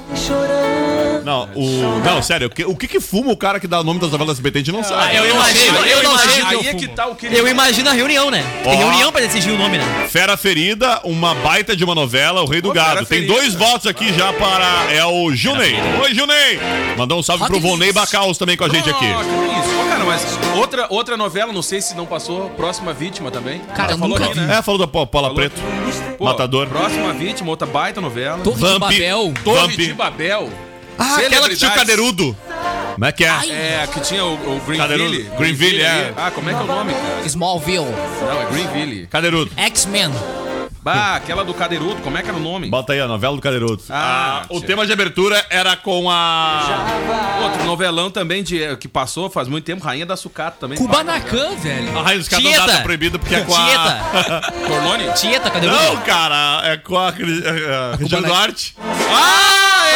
Speaker 1: Não, o. Não, sério, o que, o que que fuma o cara que dá o nome das novelas do SBT? A gente
Speaker 4: Ah,
Speaker 1: não sabe.
Speaker 2: eu imagino, eu imagino.
Speaker 4: Aí é que tá o que
Speaker 2: Eu imagino a reunião, né? Tem
Speaker 1: Ó.
Speaker 2: reunião pra decidir o nome, né?
Speaker 1: Fera Ferida, uma baita de uma novela, O Rei do
Speaker 4: Ô,
Speaker 1: Gado.
Speaker 4: Fera
Speaker 1: Tem
Speaker 4: Ferida.
Speaker 1: dois votos aqui já para. É o Junei. Oi, Junei! Mandou um salve pro Vonei Bacaus também com a gente aqui.
Speaker 4: Ah, que isso. Ô, cara, mas outra, outra novela, não sei se não passou, Próxima Vítima também.
Speaker 3: Cara, eu nunca vi.
Speaker 4: né?
Speaker 1: É, falou da Pa- Paula Preto.
Speaker 4: Pô,
Speaker 1: Matador.
Speaker 4: Próxima Vítima, outra baita novela.
Speaker 3: Torre de
Speaker 1: Vamp.
Speaker 3: Babel.
Speaker 1: Torre
Speaker 4: Torre de
Speaker 1: Vamp.
Speaker 4: Babel.
Speaker 1: Ah, aquela que tinha o
Speaker 4: Celebridades.
Speaker 1: cadeirudo. Como é que é?
Speaker 4: É, que tinha o, o Greenville.
Speaker 1: Cadeirudo. Greenville, é.
Speaker 4: ali. Ah, como é que é o nome, cara?
Speaker 3: Smallville.
Speaker 4: Não, é Greenville.
Speaker 1: Cadeirudo.
Speaker 3: X-Men.
Speaker 4: Bah, aquela do Cadeirudo, como é que era o nome?
Speaker 1: Bota aí a novela do Cadeirudo.
Speaker 4: Ah,
Speaker 1: o
Speaker 4: tia.
Speaker 1: tema de abertura era com a.
Speaker 4: Outro novelão também de, que passou faz muito tempo, Rainha da Sucata também.
Speaker 3: Kubanacan, velho.
Speaker 1: A Rainha dos Ah, Caras não
Speaker 2: Tieta.
Speaker 1: dá proibida porque é com a.
Speaker 2: Tieta.
Speaker 4: Torlone?
Speaker 2: Tieta, cadê o nome?
Speaker 1: Não, cara, é com a. Cris- a- a Regina Duarte.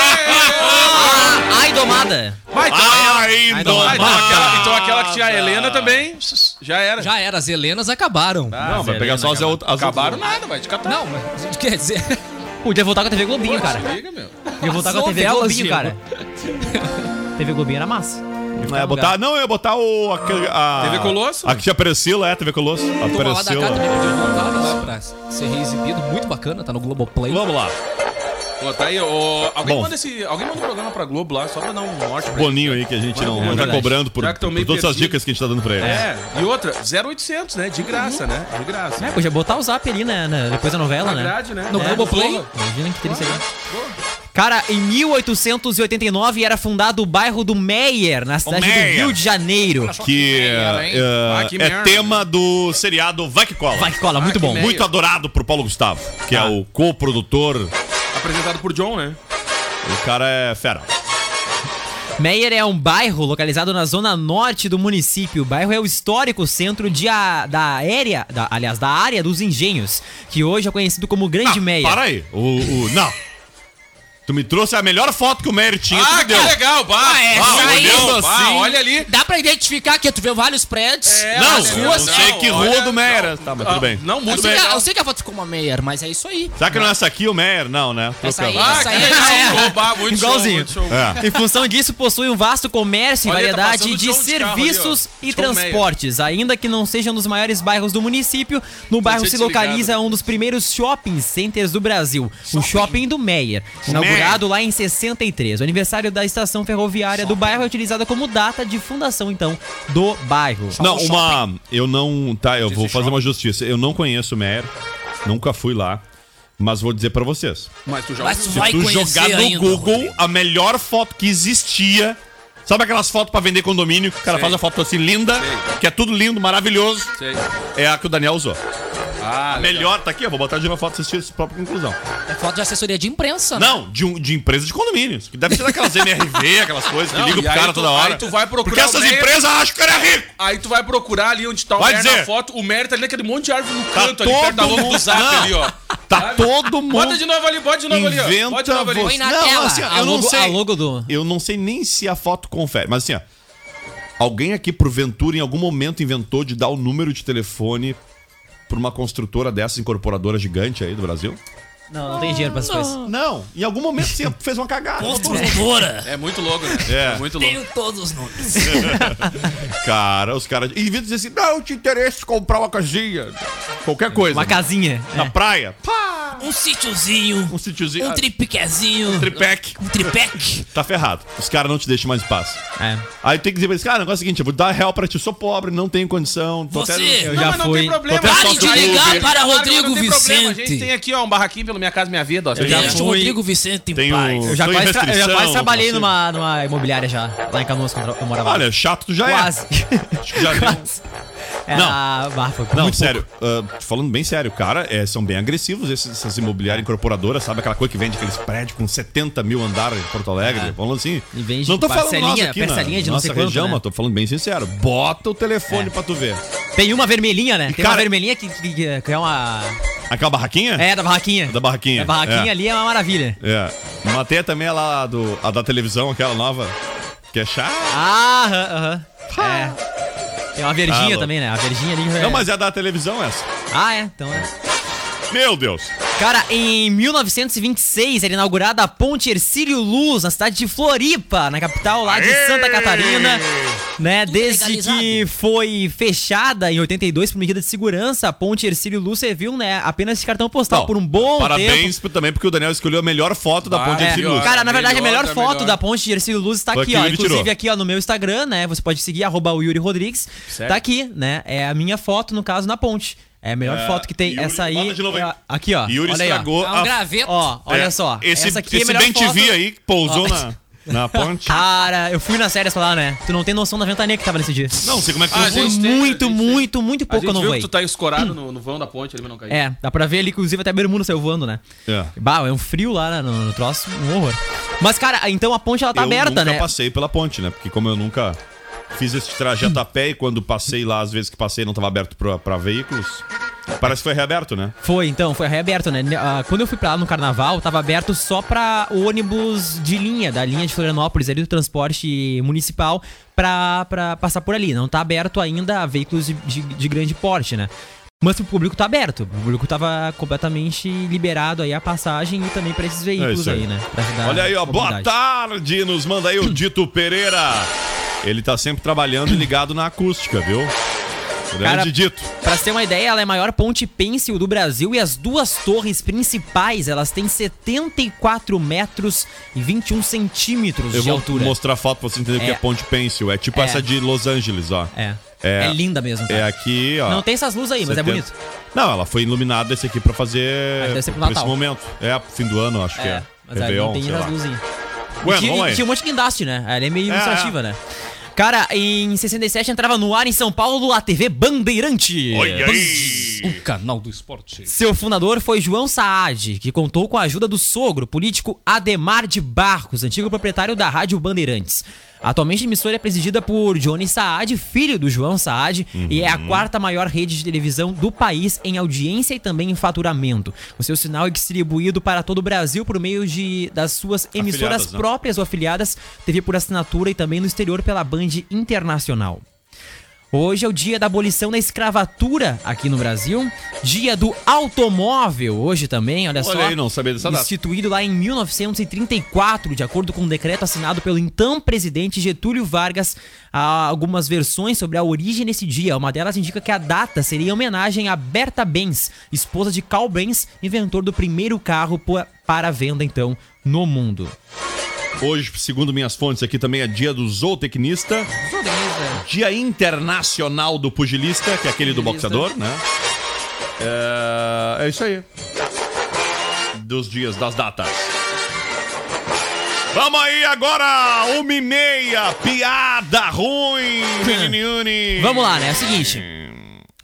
Speaker 2: Ah, ai, domada.
Speaker 4: é!
Speaker 1: Ah,
Speaker 4: Vai, então,
Speaker 1: Ai,
Speaker 2: Ai,
Speaker 1: não.
Speaker 2: não.
Speaker 4: ah, então, aquela, então aquela que tinha a Helena também, já era.
Speaker 3: Já era, as Helenas acabaram.
Speaker 4: Ah.
Speaker 1: Não, vai pegar só as outras. as
Speaker 4: Acabaram
Speaker 1: outras-
Speaker 4: nada, vai, de catar.
Speaker 3: Não, mas quer dizer,
Speaker 2: Podia voltar com a TV Globinho, cara.
Speaker 4: Liga, meu.
Speaker 2: Podia voltar com a
Speaker 3: As
Speaker 2: TV
Speaker 3: novelas,
Speaker 2: Globinho,
Speaker 3: Diego.
Speaker 2: cara. TV Globinho era massa.
Speaker 1: Não, ia botar, não, eu ia botar o. aquele- A,
Speaker 4: TV Colosso?
Speaker 1: Aqui tinha Priscila, é, TV Colosso. A
Speaker 3: Turma lá da cá
Speaker 1: Priscila.
Speaker 3: também podia voltar lá pra ser reexibido. Muito bacana, tá no Globoplay.
Speaker 1: Vamos lá.
Speaker 4: Pô, tá aí, ô, alguém,
Speaker 1: Bom.
Speaker 4: manda esse, alguém manda um programa pra Globo lá, só pra dar um norte pra
Speaker 1: Boninho aí que a gente não, não tá
Speaker 2: verdade.
Speaker 1: cobrando por,
Speaker 4: Já que tão
Speaker 1: por
Speaker 4: meio
Speaker 1: todas as
Speaker 4: perdido.
Speaker 1: dicas que a gente tá dando pra ele.
Speaker 4: É, e outra, 0800, né? De graça, né? De graça.
Speaker 2: É, podia botar o zap ali, né? né, Depois da novela,
Speaker 4: Na
Speaker 2: né?
Speaker 4: grade, né?
Speaker 3: No
Speaker 4: É.
Speaker 3: Globoplay?
Speaker 2: Imagina que triste aí. Cara, em 1889 era fundado o bairro do Meyer, na cidade
Speaker 1: Meyer.
Speaker 2: do Rio de Janeiro.
Speaker 1: Que,
Speaker 3: Era, hein?
Speaker 1: eh,
Speaker 4: Ah, que
Speaker 1: é
Speaker 4: merda.
Speaker 1: tema do seriado Vai Que Cola.
Speaker 2: Vai que cola, muito
Speaker 4: que
Speaker 2: bom.
Speaker 4: merda.
Speaker 1: Muito adorado por Paulo Gustavo, que é o co-produtor.
Speaker 4: Apresentado por John, né?
Speaker 1: O cara é fera.
Speaker 2: Meyer é um bairro localizado na zona norte do município. O bairro é o histórico centro de a- da área, da- aliás, da área dos engenhos, que hoje é conhecido como Grande Meyer.
Speaker 1: Ah, Para aí. O, o- não. Tu me trouxe a melhor foto que o Meyer tinha. tu me deu.
Speaker 4: legal, bah!
Speaker 3: Ah, é,
Speaker 4: bah,
Speaker 3: saindo
Speaker 4: olhou, bah,
Speaker 3: assim.
Speaker 4: olha ali.
Speaker 3: Dá pra identificar que tu vê vários prédios.
Speaker 4: É, um
Speaker 1: Não,
Speaker 4: as
Speaker 1: eu
Speaker 4: ruas,
Speaker 1: não sei que rua
Speaker 4: olha,
Speaker 1: do Meyer.
Speaker 4: não. ah,
Speaker 1: Tá, mas tudo bem.
Speaker 4: Não, é
Speaker 3: eu,
Speaker 4: muito
Speaker 3: sei
Speaker 4: bem.
Speaker 3: que, é eu sei que a foto ficou uma Meyer, mas é isso aí.
Speaker 1: Será que não é essa aqui o Meyer? Não, né?
Speaker 3: Essa aí,
Speaker 1: Trocamos.
Speaker 3: essa aí
Speaker 4: Ah,
Speaker 3: é
Speaker 4: que
Speaker 3: já
Speaker 4: show,
Speaker 3: era.
Speaker 4: bah, muito show,
Speaker 2: Igualzinho.
Speaker 4: muito show.
Speaker 1: É.
Speaker 2: Em função disso, possui um vasto comércio e
Speaker 4: Olha, tá
Speaker 2: variedade
Speaker 4: passando
Speaker 2: de
Speaker 4: John de carro ali, ó.
Speaker 2: serviços e
Speaker 4: John Mayer.
Speaker 2: transportes. Ainda que não seja um dos maiores bairros do município, no bairro
Speaker 4: ser
Speaker 2: se
Speaker 4: desligado.
Speaker 2: localiza um dos primeiros shopping centers do Brasil, o Shopping do Meyer, inaugurado lá em 63. O aniversário da estação ferroviária do bairro é utilizada como data de fundação, então, do bairro.
Speaker 1: Não, uma. Eu não. Tá, eu vou fazer uma justiça. Eu não conheço o Meyer. Nunca fui lá. Mas vou dizer pra vocês.
Speaker 4: Mas tu já
Speaker 3: Mas
Speaker 4: ouviu?
Speaker 3: tu vai
Speaker 1: tu
Speaker 3: conhecer
Speaker 1: jogar no
Speaker 3: ainda,
Speaker 1: Google
Speaker 3: Rodrigo.
Speaker 1: a melhor foto que existia. Sabe aquelas fotos pra vender condomínio? O cara
Speaker 4: Sei.
Speaker 1: faz a foto assim linda,
Speaker 4: Sei.
Speaker 1: que é tudo lindo, maravilhoso.
Speaker 4: Sei.
Speaker 1: É a que o Daniel usou.
Speaker 4: Ah, legal.
Speaker 1: Melhor, tá aqui, eu vou botar de uma foto assistir essa própria conclusão.
Speaker 3: É foto de assessoria de imprensa. né?
Speaker 1: Não, de, um- de empresa de condomínios. Que deve ser daquelas MRV, aquelas coisas que
Speaker 4: Não,
Speaker 1: ligam
Speaker 4: e
Speaker 1: pro
Speaker 4: aí
Speaker 1: cara
Speaker 4: tu-
Speaker 1: toda hora.
Speaker 4: aí tu vai procurar
Speaker 1: Porque essas
Speaker 4: o Meyer.
Speaker 1: empresas acham que o cara é rico.
Speaker 4: Aí tu vai procurar ali onde tá o
Speaker 1: Vai
Speaker 4: Meyer
Speaker 1: dizer.
Speaker 4: na foto. O Meyer tá ali naquele monte de árvore no
Speaker 1: Tá
Speaker 4: canto, ali perto da
Speaker 1: todo
Speaker 4: logo do
Speaker 1: mundo-
Speaker 4: zap
Speaker 1: Não.
Speaker 4: ali, ó.
Speaker 1: Tá todo mundo.
Speaker 4: Bota de novo ali, bota de novo ali, ó. Bota de
Speaker 1: Inventa
Speaker 4: novo ali.
Speaker 3: Põe
Speaker 1: você.
Speaker 3: na tela.
Speaker 1: ó,
Speaker 2: A
Speaker 1: eu não
Speaker 2: logo-
Speaker 1: sei.
Speaker 2: a logo do-
Speaker 1: Eu não sei nem se a foto confere, mas assim, ó. Alguém aqui porventura em algum momento inventou de dar o número de telefone pra uma construtora dessas incorporadora gigante aí do Brasil?
Speaker 2: Não, não tem dinheiro pra essas coisas.
Speaker 1: Não, em algum momento você fez uma cagada.
Speaker 3: Construtora.
Speaker 4: É muito logo, né?
Speaker 1: É.
Speaker 4: muito logo.
Speaker 3: Tenho todos os nomes.
Speaker 1: Cara, os caras. E vim dizer assim: não, eu te interessa em comprar uma casinha. Qualquer coisa.
Speaker 2: Uma casinha.
Speaker 1: Na praia. Pá!
Speaker 3: um sítiozinho,
Speaker 1: Um sítiozinho.
Speaker 3: um
Speaker 1: ah,
Speaker 3: tripiquezinho,
Speaker 1: Tripec.
Speaker 3: um tripeque.
Speaker 1: Tá ferrado. Os caras não te deixam mais em paz.
Speaker 2: É.
Speaker 1: Aí tem que dizer pra eles, cara, o negócio é o seguinte, eu vou dar real pra ti, eu sou pobre, não tenho condição. tô
Speaker 3: Você,
Speaker 2: Eu já
Speaker 4: mas não
Speaker 2: fui.
Speaker 4: tem problema.
Speaker 1: Tô até
Speaker 4: Claro
Speaker 1: só
Speaker 4: que
Speaker 1: de
Speaker 4: não tem
Speaker 1: ligar
Speaker 4: problema.
Speaker 3: para
Speaker 4: Claro que
Speaker 3: Rodrigo
Speaker 4: não tem problema. A gente
Speaker 3: Vicente.
Speaker 4: tem aqui, ó, um barraquinho pelo Minha Casa Minha Vida. Ó. Você já-
Speaker 3: Deixa o
Speaker 2: fui.
Speaker 3: Rodrigo Vicente em
Speaker 1: Tem
Speaker 3: paz.
Speaker 1: o-
Speaker 2: Eu já,
Speaker 1: Tô em
Speaker 2: quase tra- eu já
Speaker 1: restrição,
Speaker 2: quase trabalhei
Speaker 1: não
Speaker 2: numa, numa imobiliária já, lá em Canoas, quando eu morava. lá.
Speaker 1: Olha, chato tu já
Speaker 2: quase.
Speaker 1: é. Acho que já viu.
Speaker 2: quase. Era- bah, foi
Speaker 1: Não,
Speaker 2: muito
Speaker 1: sério, ah, falando bem sério, cara, é, são bem agressivos esses, essas imobiliárias incorporadoras, sabe? Aquela coisa que vende aqueles prédios com 70 mil andares em Porto Alegre, falando assim.
Speaker 2: Ah. E vende
Speaker 1: não tô falando
Speaker 2: parcelinha,
Speaker 1: nós aqui na
Speaker 2: parcelinha de não
Speaker 1: nossa
Speaker 2: sei quanto,
Speaker 1: região,
Speaker 2: né? É.
Speaker 1: mas tô falando bem sincero. Bota o telefone pra tu ver.
Speaker 2: Tem uma vermelhinha, né? Tem
Speaker 1: cara-
Speaker 2: uma vermelhinha que, que, que- que é uma.
Speaker 1: Aquela barraquinha?
Speaker 2: É, da barraquinha.
Speaker 1: Da barraquinha,
Speaker 2: A barraquinha
Speaker 1: é.
Speaker 2: ali é uma maravilha.
Speaker 1: É. Matei também a lá do, a da televisão, aquela nova, que é chata.
Speaker 2: Ah, aham, aham. É. Tem uma
Speaker 1: Tá
Speaker 2: verdinha
Speaker 1: louco.
Speaker 2: também, né? A verdinha ali. é-
Speaker 1: Não, mas é a da televisão essa.
Speaker 2: Ah, é. Então é.
Speaker 1: Meu Deus.
Speaker 2: Cara, em 1926 era é inaugurada a Ponte Ercílio Luz, na cidade de Floripa, na capital lá de Santa Catarina. Né, desde
Speaker 3: legalizado.
Speaker 2: que foi fechada em 82 por medida de segurança, a Ponte Ercílio Luz serviu, né, apenas de cartão postal
Speaker 1: Não,
Speaker 2: por um bom tempo.
Speaker 1: Parabéns também, porque o Daniel escolheu a melhor foto da ponte de
Speaker 4: Ah, é.
Speaker 1: Silus.
Speaker 2: Cara, na verdade,
Speaker 4: Melhor,
Speaker 2: a melhor
Speaker 4: tá
Speaker 2: foto
Speaker 4: melhor.
Speaker 2: da ponte de Ercílio Luz tá
Speaker 1: Foi
Speaker 2: aqui,
Speaker 1: aquilo
Speaker 2: ó.
Speaker 1: que ele
Speaker 2: Inclusive,
Speaker 1: tirou.
Speaker 2: aqui, ó, no meu Instagram, né? Você pode seguir, arroba o Yuri Rodrigues. Tá aqui, né? É a minha foto, no caso, na ponte. É a melhor
Speaker 1: É,
Speaker 2: foto que tem.
Speaker 1: Yuri,
Speaker 2: essa
Speaker 1: bota
Speaker 2: aí.
Speaker 1: de novo aí.
Speaker 2: é a- aqui, ó.
Speaker 1: Yuri
Speaker 2: olha aí, ó.
Speaker 1: estragou
Speaker 3: É um
Speaker 1: a
Speaker 3: graveto.
Speaker 2: Ó, olha
Speaker 1: É,
Speaker 2: só.
Speaker 1: Esse,
Speaker 2: essa aqui é a
Speaker 1: esse
Speaker 2: melhor
Speaker 1: bem
Speaker 2: foto. Tá.
Speaker 1: TV aí que pousou
Speaker 2: Ó.
Speaker 1: na, na ponte.
Speaker 2: Cara, eu fui nas séries lá, né? Tu não tem noção da ventania que tava nesse dia.
Speaker 1: Não, sei como é que
Speaker 4: Ah,
Speaker 1: tu
Speaker 4: gente,
Speaker 2: Foi
Speaker 4: tem,
Speaker 2: muito,
Speaker 4: tem.
Speaker 2: muito, muito
Speaker 4: A
Speaker 2: pouco eu
Speaker 4: gente
Speaker 2: não
Speaker 4: viu
Speaker 2: voei.
Speaker 4: que tu tá escorado no, no vão da ponte, ele não caiu.
Speaker 2: É, dá pra ver ali, inclusive, até a bermuda saiu voando, né?
Speaker 1: É.
Speaker 2: Bah, é um frio lá né, no, no troço, um horror. Mas, cara, então a ponte ela tá
Speaker 1: eu
Speaker 2: aberta,
Speaker 1: nunca
Speaker 2: né?
Speaker 1: passei pela ponte, né? Porque como eu nunca fiz esse trajeto a pé e quando passei lá, às vezes que passei não tava aberto pra, pra veículos, parece que foi reaberto, né?
Speaker 2: Foi, então, foi reaberto, né? Ah, Quando eu fui pra lá no carnaval, tava aberto só pra ônibus de linha, da linha de Florianópolis, ali do transporte municipal, pra, pra passar por ali. Não tá aberto ainda a veículos de, de- de grande porte, né? Mas o público tá aberto. O público tava completamente liberado aí a passagem e também pra esses veículos
Speaker 1: É isso aí.
Speaker 2: aí, né? Pra ajudar
Speaker 1: Olha aí,
Speaker 2: a
Speaker 1: ó. Boa
Speaker 2: comunidade.
Speaker 1: tarde! Nos manda aí o Dito Pereira. Ele tá sempre trabalhando e ligado na acústica, viu? Grande
Speaker 2: Cara,
Speaker 1: Dito.
Speaker 2: Pra se ter uma ideia, ela é a maior ponte pêncil do Brasil e as duas torres principais, elas têm 74 metros e 21 centímetros
Speaker 1: Eu
Speaker 2: de
Speaker 1: vou
Speaker 2: altura.
Speaker 1: mostrar a foto pra você entender o que
Speaker 2: É.
Speaker 1: é ponte pêncil. É tipo
Speaker 2: É.
Speaker 1: essa de Los Angeles, ó.
Speaker 2: É.
Speaker 1: É.
Speaker 2: É, linda mesmo. tá?
Speaker 1: É aqui, ó.
Speaker 2: Não tem essas luzes aí, mas é
Speaker 1: 70.
Speaker 2: bonito. Ah,
Speaker 1: Não, ela foi iluminada esse aqui pra
Speaker 2: Mas
Speaker 1: fazer.
Speaker 2: deve ser pro
Speaker 1: pra
Speaker 2: Natal.
Speaker 1: esse momento. É, pro fim do ano, acho que é.
Speaker 2: mas aí não tem
Speaker 1: sei
Speaker 2: essas
Speaker 1: lá.
Speaker 2: luzinhas.
Speaker 1: Ué,
Speaker 2: E tinha,
Speaker 1: vamos
Speaker 2: e
Speaker 1: aí.
Speaker 2: tinha um monte de guindaste, né? Ela é meio
Speaker 1: É,
Speaker 2: ilustrativa, né? Cara, em 67 entrava no ar em São Paulo a TV Bandeirante.
Speaker 1: Olha aí.
Speaker 3: O canal do esporte.
Speaker 2: Seu fundador foi João Saad, que contou com a ajuda do sogro, político Ademar de Barros, antigo proprietário da Rádio Bandeirantes. Atualmente a emissora é presidida por Johnny Saad, filho do João Saad, e é a
Speaker 1: Uhum.
Speaker 2: quarta maior rede de televisão do país em audiência e também em faturamento. O seu sinal é distribuído para todo o Brasil por meio de, das suas emissoras
Speaker 1: Afiliadas, né?
Speaker 2: próprias ou afiliadas, TV por assinatura e também no exterior pela Band Internacional. Hoje é o dia da abolição da escravatura aqui no Brasil. Dia do automóvel, hoje também, olha, só.
Speaker 1: Olha aí, não sabia dessa data.
Speaker 2: instituído lá em 1934, de acordo com um decreto assinado pelo então presidente Getúlio Vargas. Há algumas versões sobre a origem desse dia. Uma delas indica que a data seria em homenagem a Berta Benz, esposa de Carl Benz, inventor do primeiro carro pa- para venda, então, no mundo.
Speaker 1: Hoje, segundo minhas fontes, aqui também é dia do zootecnista. Dia é Internacional do Pugilista, que é aquele do boxeador, né? É, é isso aí. Dos dias, das datas. Vamos aí agora, uma e meia, piada ruim, meniniune.
Speaker 2: Vamos lá, né? É o seguinte.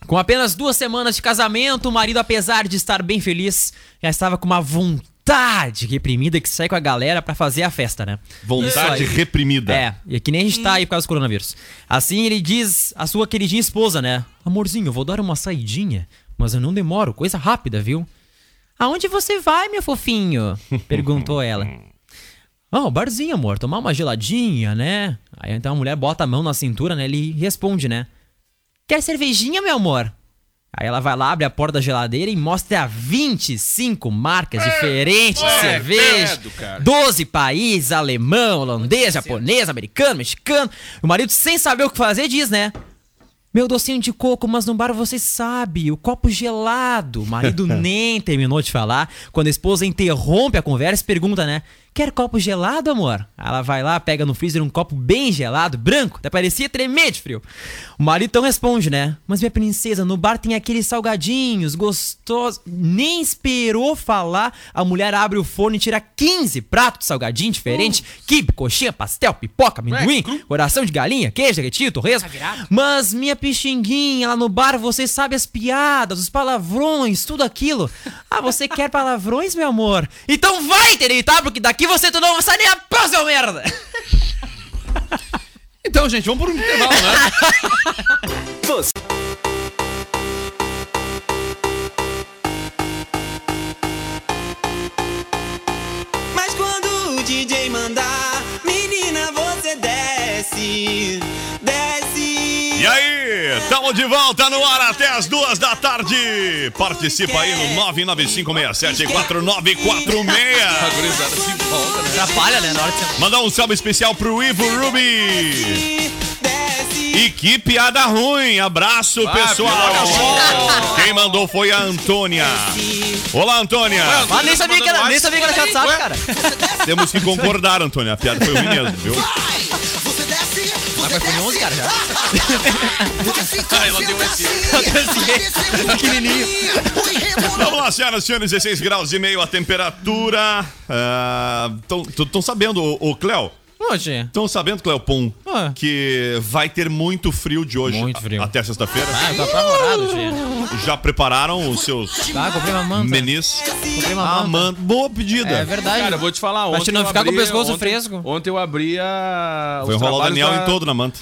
Speaker 2: Com apenas duas semanas de casamento, o marido, apesar de estar bem feliz, já estava com uma vontade reprimida que sai com a galera pra fazer a festa, né?
Speaker 1: Vontade
Speaker 2: Isso aí.
Speaker 1: reprimida.
Speaker 2: É, e é que nem a gente tá aí por causa do coronavírus. Assim ele diz à sua queridinha esposa, né? Amorzinho, eu vou dar uma saidinha, mas eu não demoro, coisa rápida, viu? Aonde você vai, meu fofinho? Perguntou ela. Ah, o barzinho, amor, tomar uma geladinha, né? Aí então a mulher bota a mão na cintura, né? Ele responde, né? Quer cervejinha, meu amor? Aí ela vai lá, abre a porta da geladeira e mostra 25 marcas diferentes de cerveja.
Speaker 4: É, credo, cara.
Speaker 2: 12 países, alemão, holandês, japonês, americano, mexicano. O marido, sem saber o que fazer, diz, né? Meu docinho de coco, mas no bar você sabe, o copo gelado. O marido nem terminou de falar. Quando a esposa interrompe a conversa, e pergunta, né? Quer copo gelado, amor? Ela vai lá, pega no freezer um copo bem gelado, branco, até parecia tremer de frio. O marido então responde, né? Mas minha princesa, no bar tem aqueles salgadinhos gostosos. Nem esperou falar, a mulher abre o forno e tira 15 pratos de salgadinho diferente: quibe, coxinha, pastel, pipoca, amendoim, coração de galinha, queijo derretido, torresmo. Mas minha pixinguinha, lá no bar você sabe as piadas, os palavrões, tudo aquilo. Ah, você quer palavrões, meu amor? Então vai, Terita, porque daqui você tu não sai nem a pau, seu merda!
Speaker 3: Então, gente, vamos por um intervalo, né?
Speaker 6: Você
Speaker 7: Mas quando o DJ mandar, menina, você desce, desce.
Speaker 1: E aí, estamos de volta no ar até as duas da tarde. Participa aí no 995674946.
Speaker 3: Gurizada, se
Speaker 4: assim,
Speaker 3: volta, né?
Speaker 2: Atrapalha, né? Na hora que você...
Speaker 1: Mandar um salve especial pro Ivo Rubi. E que piada ruim. Abraço,
Speaker 2: Ah,
Speaker 1: pessoal. Quem mandou foi a Antônia. Olá, Antônia.
Speaker 2: Ah, nem sabia que era, nem sabia que era WhatsApp, cara.
Speaker 1: Temos que concordar, Antônia. A piada foi ruim mesmo, viu?
Speaker 2: Mas vai comer 11, cara, já.
Speaker 4: Cara, ela deu esse.
Speaker 2: Pequenininho.
Speaker 1: Vamos lá, senhoras e senhores, 16 graus e meio a temperatura. Ah, Estão sabendo, ô, ô, Cléo?
Speaker 2: Hoje.
Speaker 1: Estão sabendo, Cléo Pum,
Speaker 2: Ah.
Speaker 1: que vai ter muito frio de hoje
Speaker 2: Muito frio.
Speaker 1: a- até sexta-feira.
Speaker 2: Ah, tá apavorado, gente.
Speaker 1: Já prepararam os seus
Speaker 2: Tá, comprei uma manta.
Speaker 1: menis?
Speaker 2: Comprei uma
Speaker 1: Ah,
Speaker 2: manta.
Speaker 1: man... Boa pedida.
Speaker 2: É verdade.
Speaker 4: Cara, eu vou te falar ontem.
Speaker 2: Pra te não
Speaker 4: eu
Speaker 2: ficar com o
Speaker 4: abri-
Speaker 2: pescoço
Speaker 4: ontem-
Speaker 2: fresco.
Speaker 4: Ontem eu abri a.
Speaker 1: Foi
Speaker 4: os
Speaker 1: enrolar o
Speaker 4: trabalhos
Speaker 1: Daniel
Speaker 4: da-
Speaker 1: em todo na manta.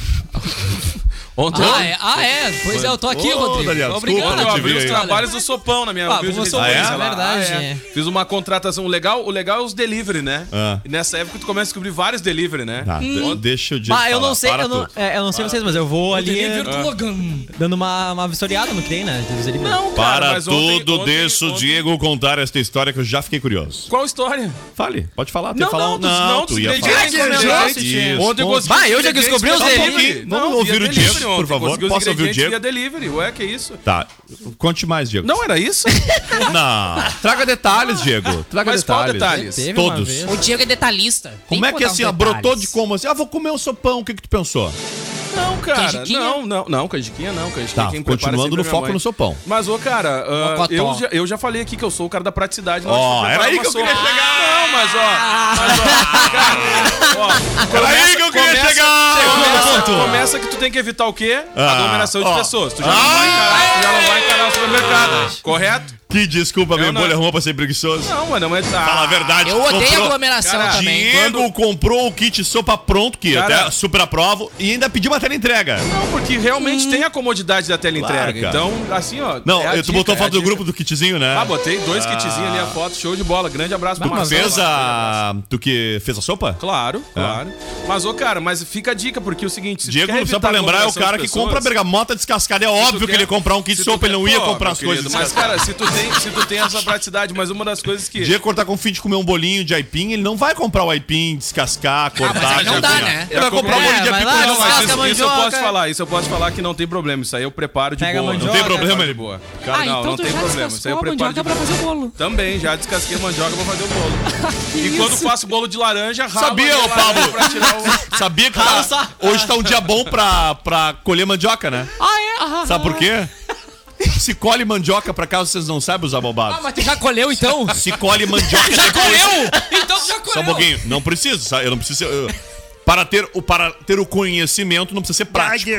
Speaker 4: Ontem eu-
Speaker 3: Ah, é? Ah, é? Pois é, eu tô aqui,
Speaker 1: Ô,
Speaker 3: Rodrigo.
Speaker 1: Daniel,
Speaker 3: Obrigado.
Speaker 1: desculpa,
Speaker 4: Ontem eu
Speaker 1: te
Speaker 4: abri
Speaker 1: vi
Speaker 4: os
Speaker 1: aí.
Speaker 4: trabalhos do Sopão na minha
Speaker 3: Ah,
Speaker 4: Vila
Speaker 3: vamos
Speaker 4: de
Speaker 3: ao
Speaker 4: Residência
Speaker 1: Sopão,
Speaker 4: lá.
Speaker 2: é verdade.
Speaker 4: Ah, é. Fiz uma contratação. O legal, o legal é os delivery, né?
Speaker 1: Ah.
Speaker 4: E nessa época tu começa a descobrir vários delivery, né?
Speaker 1: Tá, de- deixa eu dizer.
Speaker 2: Ah, eu não sei, eu não, é, eu não sei vocês, mas eu vou ali
Speaker 3: Rodrigo
Speaker 2: eh,
Speaker 3: Vertologan.
Speaker 2: dando uma, uma vistoriada no que tem, né? Dos alimentos.
Speaker 1: Para
Speaker 4: mas ontem-
Speaker 1: tudo
Speaker 4: ontem-
Speaker 1: disso,
Speaker 4: ontem-
Speaker 1: Diego, contar esta história que eu já fiquei curioso.
Speaker 4: Qual história?
Speaker 1: Fale, pode falar. Tem
Speaker 4: Não,
Speaker 1: que falar
Speaker 4: não,
Speaker 1: um-
Speaker 4: dos- não, dos
Speaker 1: tu ia falar.
Speaker 4: ingredientes, né, gente?
Speaker 1: Isso,
Speaker 4: Ontem eu
Speaker 1: conta.
Speaker 4: consegui.
Speaker 2: Bah, eu já descobri os
Speaker 4: ingredientes
Speaker 2: delivery.
Speaker 4: pela Poli.
Speaker 1: Vamos
Speaker 4: Não,
Speaker 1: ouvir
Speaker 4: via
Speaker 1: o Diego,
Speaker 4: delivery ontem,
Speaker 1: por favor.
Speaker 4: consegui os
Speaker 1: Posso ouvir o
Speaker 4: ingredientes
Speaker 1: Diego?
Speaker 4: Via delivery, ué, que isso?
Speaker 1: Tá, conte mais, Diego.
Speaker 4: Não era isso?
Speaker 1: Não, traga detalhes, Diego. Traga
Speaker 4: Mas qual
Speaker 1: detalhes.
Speaker 4: detalhes?
Speaker 2: Teve uma
Speaker 1: Todos.
Speaker 2: vez.
Speaker 5: O Diego é detalhista.
Speaker 1: Como é que assim, ó,
Speaker 5: ó,
Speaker 1: brotou de como assim? Ah, vou comer um sopão, o que que tu pensou?
Speaker 4: Não, cara.
Speaker 5: Canjiquinha?
Speaker 4: Não, não, não, canjiquinha não, canjiquinha.
Speaker 1: Tá,
Speaker 4: quem prepara
Speaker 1: continuando
Speaker 4: sempre
Speaker 1: no
Speaker 4: é minha
Speaker 1: foco
Speaker 4: mãe.
Speaker 1: no sopão.
Speaker 4: Mas, ô, cara, ah,
Speaker 3: Mocotó.
Speaker 4: eu, já, eu já falei aqui que eu sou o cara da praticidade. na hora
Speaker 1: Ó,
Speaker 4: de preparar
Speaker 1: era aí
Speaker 4: uma
Speaker 1: que eu queria
Speaker 4: sopa.
Speaker 1: chegar.
Speaker 4: Ah, Não, mas, ó, mas, ó, cara, ó,
Speaker 1: Era aí
Speaker 4: começa-
Speaker 1: que eu queria
Speaker 4: começa-
Speaker 1: chegar.
Speaker 4: Começa,
Speaker 1: Ponto.
Speaker 4: começa que tu tem que evitar o quê?
Speaker 1: Ah,
Speaker 4: a aglomeração de
Speaker 1: ó. Ah.
Speaker 4: pessoas. Tu já, não vai encarar, tu já não vai encarar o supermercado, correto?
Speaker 1: Que desculpa, minha
Speaker 4: não-
Speaker 1: bolha arruma pra ser preguiçoso.
Speaker 4: Não, mano, mas... Ah,
Speaker 1: Fala a verdade.
Speaker 5: Eu odeio
Speaker 1: comprou-
Speaker 5: aglomeração
Speaker 4: Cara,
Speaker 5: também.
Speaker 1: Diego comprou o kit sopa pronto, que
Speaker 4: Cara-
Speaker 1: até super aprovo, e ainda pediu uma tela entrega.
Speaker 4: Não, porque realmente tem a comodidade da tela
Speaker 1: Claro,
Speaker 4: entrega.
Speaker 1: cara.
Speaker 4: então, assim, ó...
Speaker 1: Não,
Speaker 4: é a
Speaker 1: eu- tu
Speaker 4: dica,
Speaker 1: botou a
Speaker 4: é
Speaker 1: foto do
Speaker 4: dica.
Speaker 1: grupo do kitzinho, né?
Speaker 4: Ah, botei dois kitzinhos ali, a foto, show de bola. Grande abraço pra
Speaker 1: Tu
Speaker 4: Marcelo.
Speaker 1: fez a. Tu que fez a sopa?
Speaker 4: Claro, claro. Mas, ô, cara, mas fica a dica, porque é o seguinte... se
Speaker 1: É. Diego,
Speaker 4: tu quer
Speaker 1: só pra
Speaker 4: evitar
Speaker 1: lembrar, é o
Speaker 4: aglomeração
Speaker 1: cara
Speaker 4: de
Speaker 1: que
Speaker 4: pessoas,
Speaker 1: compra bergamota descascada. É
Speaker 4: se tu
Speaker 1: óbvio que
Speaker 4: quer-
Speaker 1: ele ia comprar um kit
Speaker 4: se tu
Speaker 1: sopa, ele
Speaker 4: quer-
Speaker 1: não ia
Speaker 4: Pô,
Speaker 1: comprar
Speaker 4: meu
Speaker 1: as coisas.
Speaker 4: querido, Mas,
Speaker 1: descascadas.
Speaker 4: cara, se tu, tem, se tu tem essa praticidade, mas uma das coisas que...
Speaker 1: Diego cortar com fim de comer um bolinho de aipim, ele não vai comprar o aipim, descascar, cortar.
Speaker 5: aí não
Speaker 1: chacoalhar.
Speaker 5: dá, né?
Speaker 1: Ele vai comprar um
Speaker 2: É,
Speaker 1: bolinho de
Speaker 2: vai
Speaker 1: aipim
Speaker 2: lá,
Speaker 1: com
Speaker 4: Ah, Não,
Speaker 2: descasca
Speaker 4: mas
Speaker 1: chocolate.
Speaker 2: a
Speaker 4: isso, isso eu
Speaker 2: mandioca.
Speaker 4: posso falar, isso eu posso falar que não tem problema. Isso aí eu preparo de
Speaker 2: Pega a
Speaker 4: boa.
Speaker 1: Não
Speaker 2: mandioca.
Speaker 1: tem problema,
Speaker 4: de
Speaker 1: ele.
Speaker 4: boa. Cara,
Speaker 5: Ah, então
Speaker 4: não, não
Speaker 5: tu
Speaker 4: tem
Speaker 5: já
Speaker 4: problema. Isso aí
Speaker 5: descascou
Speaker 4: eu
Speaker 5: a
Speaker 4: preparo de
Speaker 5: mandioca é pra fazer o bolo.
Speaker 4: Também, já descasquei a mandioca pra fazer o bolo. e quando faço bolo de laranja, ralo
Speaker 1: Sabia,
Speaker 4: a
Speaker 1: ô,
Speaker 4: laranja
Speaker 1: Pablo?
Speaker 4: pra tirar o...
Speaker 1: Sabia que tá- hoje tá um dia bom pra, pra colher mandioca, né?
Speaker 5: Ah, é? Ah,
Speaker 1: Sabe por quê? Se colhe mandioca, pra caso vocês não saibam usar bobado.
Speaker 3: Ah, mas tu já colheu, então?
Speaker 1: Se colhe mandioca.
Speaker 3: Já colheu? Então tu já
Speaker 1: Só
Speaker 3: colheu.
Speaker 1: um pouquinho. Não precisa, sabe? Eu não preciso. eu- para, ter o, para ter o conhecimento, não precisa ser prático.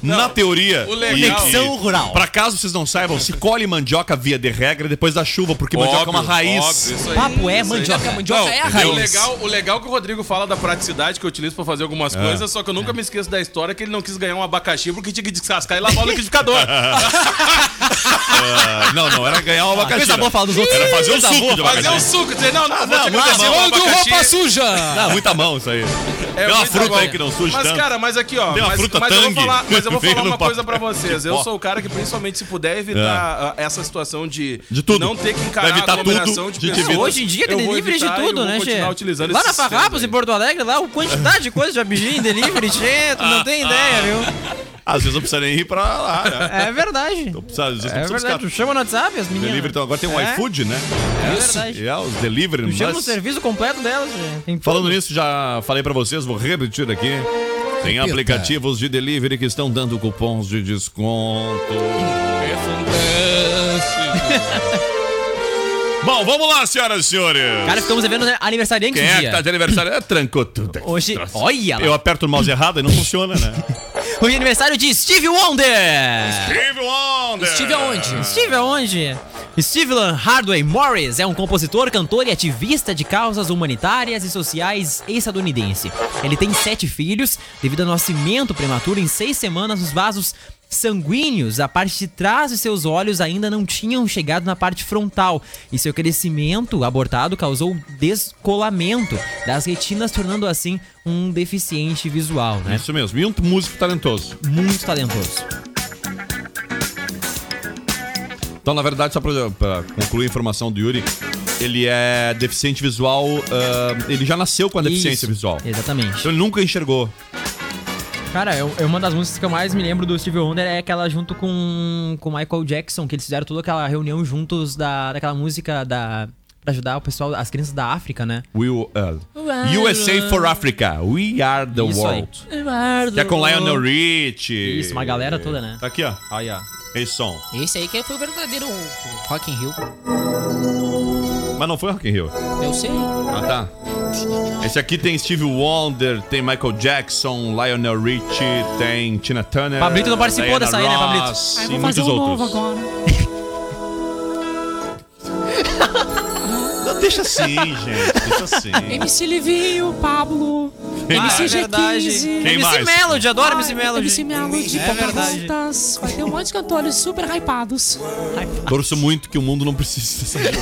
Speaker 1: Na teoria,
Speaker 4: o legal-
Speaker 2: Conexão rural.
Speaker 1: Pra caso vocês não saibam, se colhe mandioca via de regra depois da chuva, porque mandioca é uma
Speaker 4: Óbvio,
Speaker 1: raiz.
Speaker 4: óbvio, isso aí.
Speaker 2: Papo é
Speaker 3: Mandioca,
Speaker 2: mandioca.
Speaker 3: mandioca
Speaker 4: Não,
Speaker 3: é a
Speaker 4: O
Speaker 3: raiz.
Speaker 4: legal, o legal é que o Rodrigo fala da praticidade que eu utilizo pra fazer algumas
Speaker 1: É.
Speaker 4: coisas, só que eu nunca me esqueço da história que ele não quis ganhar um abacaxi porque tinha que descascar e lavar o liquidificador.
Speaker 1: Ah, não, não, era ganhar uma abacaxi.
Speaker 2: Coisa boa falar dos outros.
Speaker 1: Era fazer o
Speaker 2: Coisa
Speaker 1: suco de
Speaker 4: Fazer um
Speaker 1: abacaxi.
Speaker 4: suco, dizer, não, não, vou
Speaker 1: não,
Speaker 4: te
Speaker 1: muito
Speaker 4: agradecer,
Speaker 1: bom,
Speaker 4: vou
Speaker 3: Ou
Speaker 4: de
Speaker 3: de
Speaker 4: abacaxi.
Speaker 3: roupa suja.
Speaker 1: Ah, muita mão isso aí.
Speaker 4: É
Speaker 1: Tem uma
Speaker 4: muito
Speaker 1: fruta
Speaker 4: bom.
Speaker 1: aí que não suja
Speaker 4: Mas,
Speaker 1: tanto.
Speaker 4: cara, mas aqui, ó.
Speaker 1: Tem uma
Speaker 4: mas,
Speaker 1: fruta
Speaker 4: mas eu vou
Speaker 1: Tang.
Speaker 4: falar, mas eu vou
Speaker 1: Veio
Speaker 4: falar
Speaker 1: no
Speaker 4: uma coisa
Speaker 1: papel
Speaker 4: pra vocês.
Speaker 1: de
Speaker 4: Eu
Speaker 1: pó.
Speaker 4: sou o cara que, principalmente, se puder evitar ah, essa situação de,
Speaker 1: É. De tudo.
Speaker 4: não ter que encarar
Speaker 1: Vai evitar
Speaker 4: a aglomeração
Speaker 1: tudo,
Speaker 4: de
Speaker 1: de te
Speaker 4: pessoas.
Speaker 1: evitar.
Speaker 2: Hoje em dia tem
Speaker 4: eu vou
Speaker 2: delivery de
Speaker 4: evitar e eu
Speaker 2: tudo,
Speaker 4: vou
Speaker 2: né,
Speaker 4: continuar
Speaker 2: Che?
Speaker 4: utilizando
Speaker 2: Lá
Speaker 4: esse
Speaker 2: na
Speaker 4: sistema
Speaker 2: Farrapos,
Speaker 4: aí. Ah,
Speaker 2: em Porto Alegre, lá, o quantidade de coisa de abijinho, delivery, Che, tu não tem ideia, viu?
Speaker 1: Às vezes não precisa nem ir pra lá, né?
Speaker 2: É verdade.
Speaker 4: Então,
Speaker 1: Não precisa, às vezes não
Speaker 2: É
Speaker 1: precisa
Speaker 2: verdade. Tu
Speaker 1: buscar.
Speaker 2: chama no WhatsApp as meninas.
Speaker 1: Delivery, então
Speaker 4: tá
Speaker 1: agora tem um
Speaker 2: É.
Speaker 1: iFood, né?
Speaker 2: É verdade.
Speaker 1: É, os delivery,
Speaker 2: Tu chama
Speaker 1: mas-
Speaker 2: no serviço completo delas, gente. Tem
Speaker 1: Falando
Speaker 2: tudo.
Speaker 1: nisso, já falei pra vocês, vou repetir aqui. Tem aplicativos de delivery que estão dando cupons de desconto. Bom, vamos lá, senhoras e senhores.
Speaker 2: Cara, ficamos devendo né, aniversariante
Speaker 1: Quem
Speaker 2: um
Speaker 1: é que
Speaker 2: dia.
Speaker 1: tá de aniversário? É, trancou tudo.
Speaker 2: Hoje, olha
Speaker 1: Eu
Speaker 2: lá.
Speaker 1: aperto o mouse errado e não funciona, né?
Speaker 2: Hoje é aniversário de Steve Wonder.
Speaker 1: Steve Wonder!
Speaker 3: Estive aonde?
Speaker 2: Steve aonde? Steven Hardway Morris é um compositor, cantor e ativista de causas humanitárias e sociais estadunidense. Ele tem sete filhos. Devido ao nascimento prematuro, em seis semanas, os vasos sanguíneos, a parte de trás de seus olhos ainda não tinham chegado na parte frontal e seu crescimento abortado causou descolamento das retinas, tornando assim um deficiente visual, né?
Speaker 1: Isso mesmo, e um músico talentoso.
Speaker 2: Muito talentoso.
Speaker 1: Então, na verdade, só pra, pra concluir a informação do Yuri, ele é deficiente visual, ah, ele já nasceu com a deficiência
Speaker 2: Isso,
Speaker 1: visual.
Speaker 2: Exatamente.
Speaker 1: Então ele nunca enxergou.
Speaker 2: Cara, eu, eu- uma das músicas que eu mais me lembro do Steve Wonder é aquela junto com com o Michael Jackson, que eles fizeram toda aquela reunião juntos da, daquela música da pra ajudar o pessoal, as crianças da África, né?
Speaker 1: Will, ah, USA for Africa. We are the
Speaker 2: Isso aí.
Speaker 1: world. Que é com Lionel Richie.
Speaker 2: Isso, uma galera toda, né?
Speaker 1: Tá aqui, ó.
Speaker 2: Aí, ó.
Speaker 1: Esse som.
Speaker 5: Esse aí que foi o verdadeiro Rock in Rio.
Speaker 1: Mas não foi Rock in Rio.
Speaker 5: Eu sei.
Speaker 1: Ah, tá. Esse aqui tem Steve Wonder, tem Michael Jackson, Lionel Richie, tem Tina Turner.
Speaker 2: Pablito não participou
Speaker 1: Diana
Speaker 2: dessa aí, né, Pablito?
Speaker 1: Ross,
Speaker 5: Ah, eu
Speaker 1: E
Speaker 5: vou fazer
Speaker 1: muitos
Speaker 5: um novo agora.
Speaker 1: outros. Não, deixa assim, gente. Deixa assim.
Speaker 5: MC Livinho, Pablo,
Speaker 1: Quem
Speaker 3: É
Speaker 1: mais?
Speaker 5: MC
Speaker 1: Quem
Speaker 5: G15.
Speaker 2: MC
Speaker 1: mais?
Speaker 2: Melody, adoro MC Melody.
Speaker 5: MC Melody,
Speaker 2: É verdade.
Speaker 5: Pocahontas. Vai ter um monte de cantores super hypados.
Speaker 1: Torço muito que o mundo não precise dessa gente.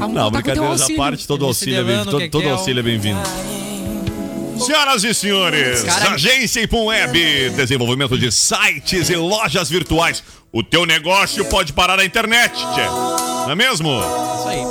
Speaker 5: A mulher tá com teu
Speaker 1: Não, brincadeiras à
Speaker 5: auxílio.
Speaker 1: parte, todo auxílio é bem-vindo. Todo, todo auxílio é bem-vindo. Senhoras e senhores, Agência Ipum Web, desenvolvimento de sites e lojas virtuais. O teu negócio pode parar na internet, tchê. Não é mesmo?
Speaker 2: Isso aí.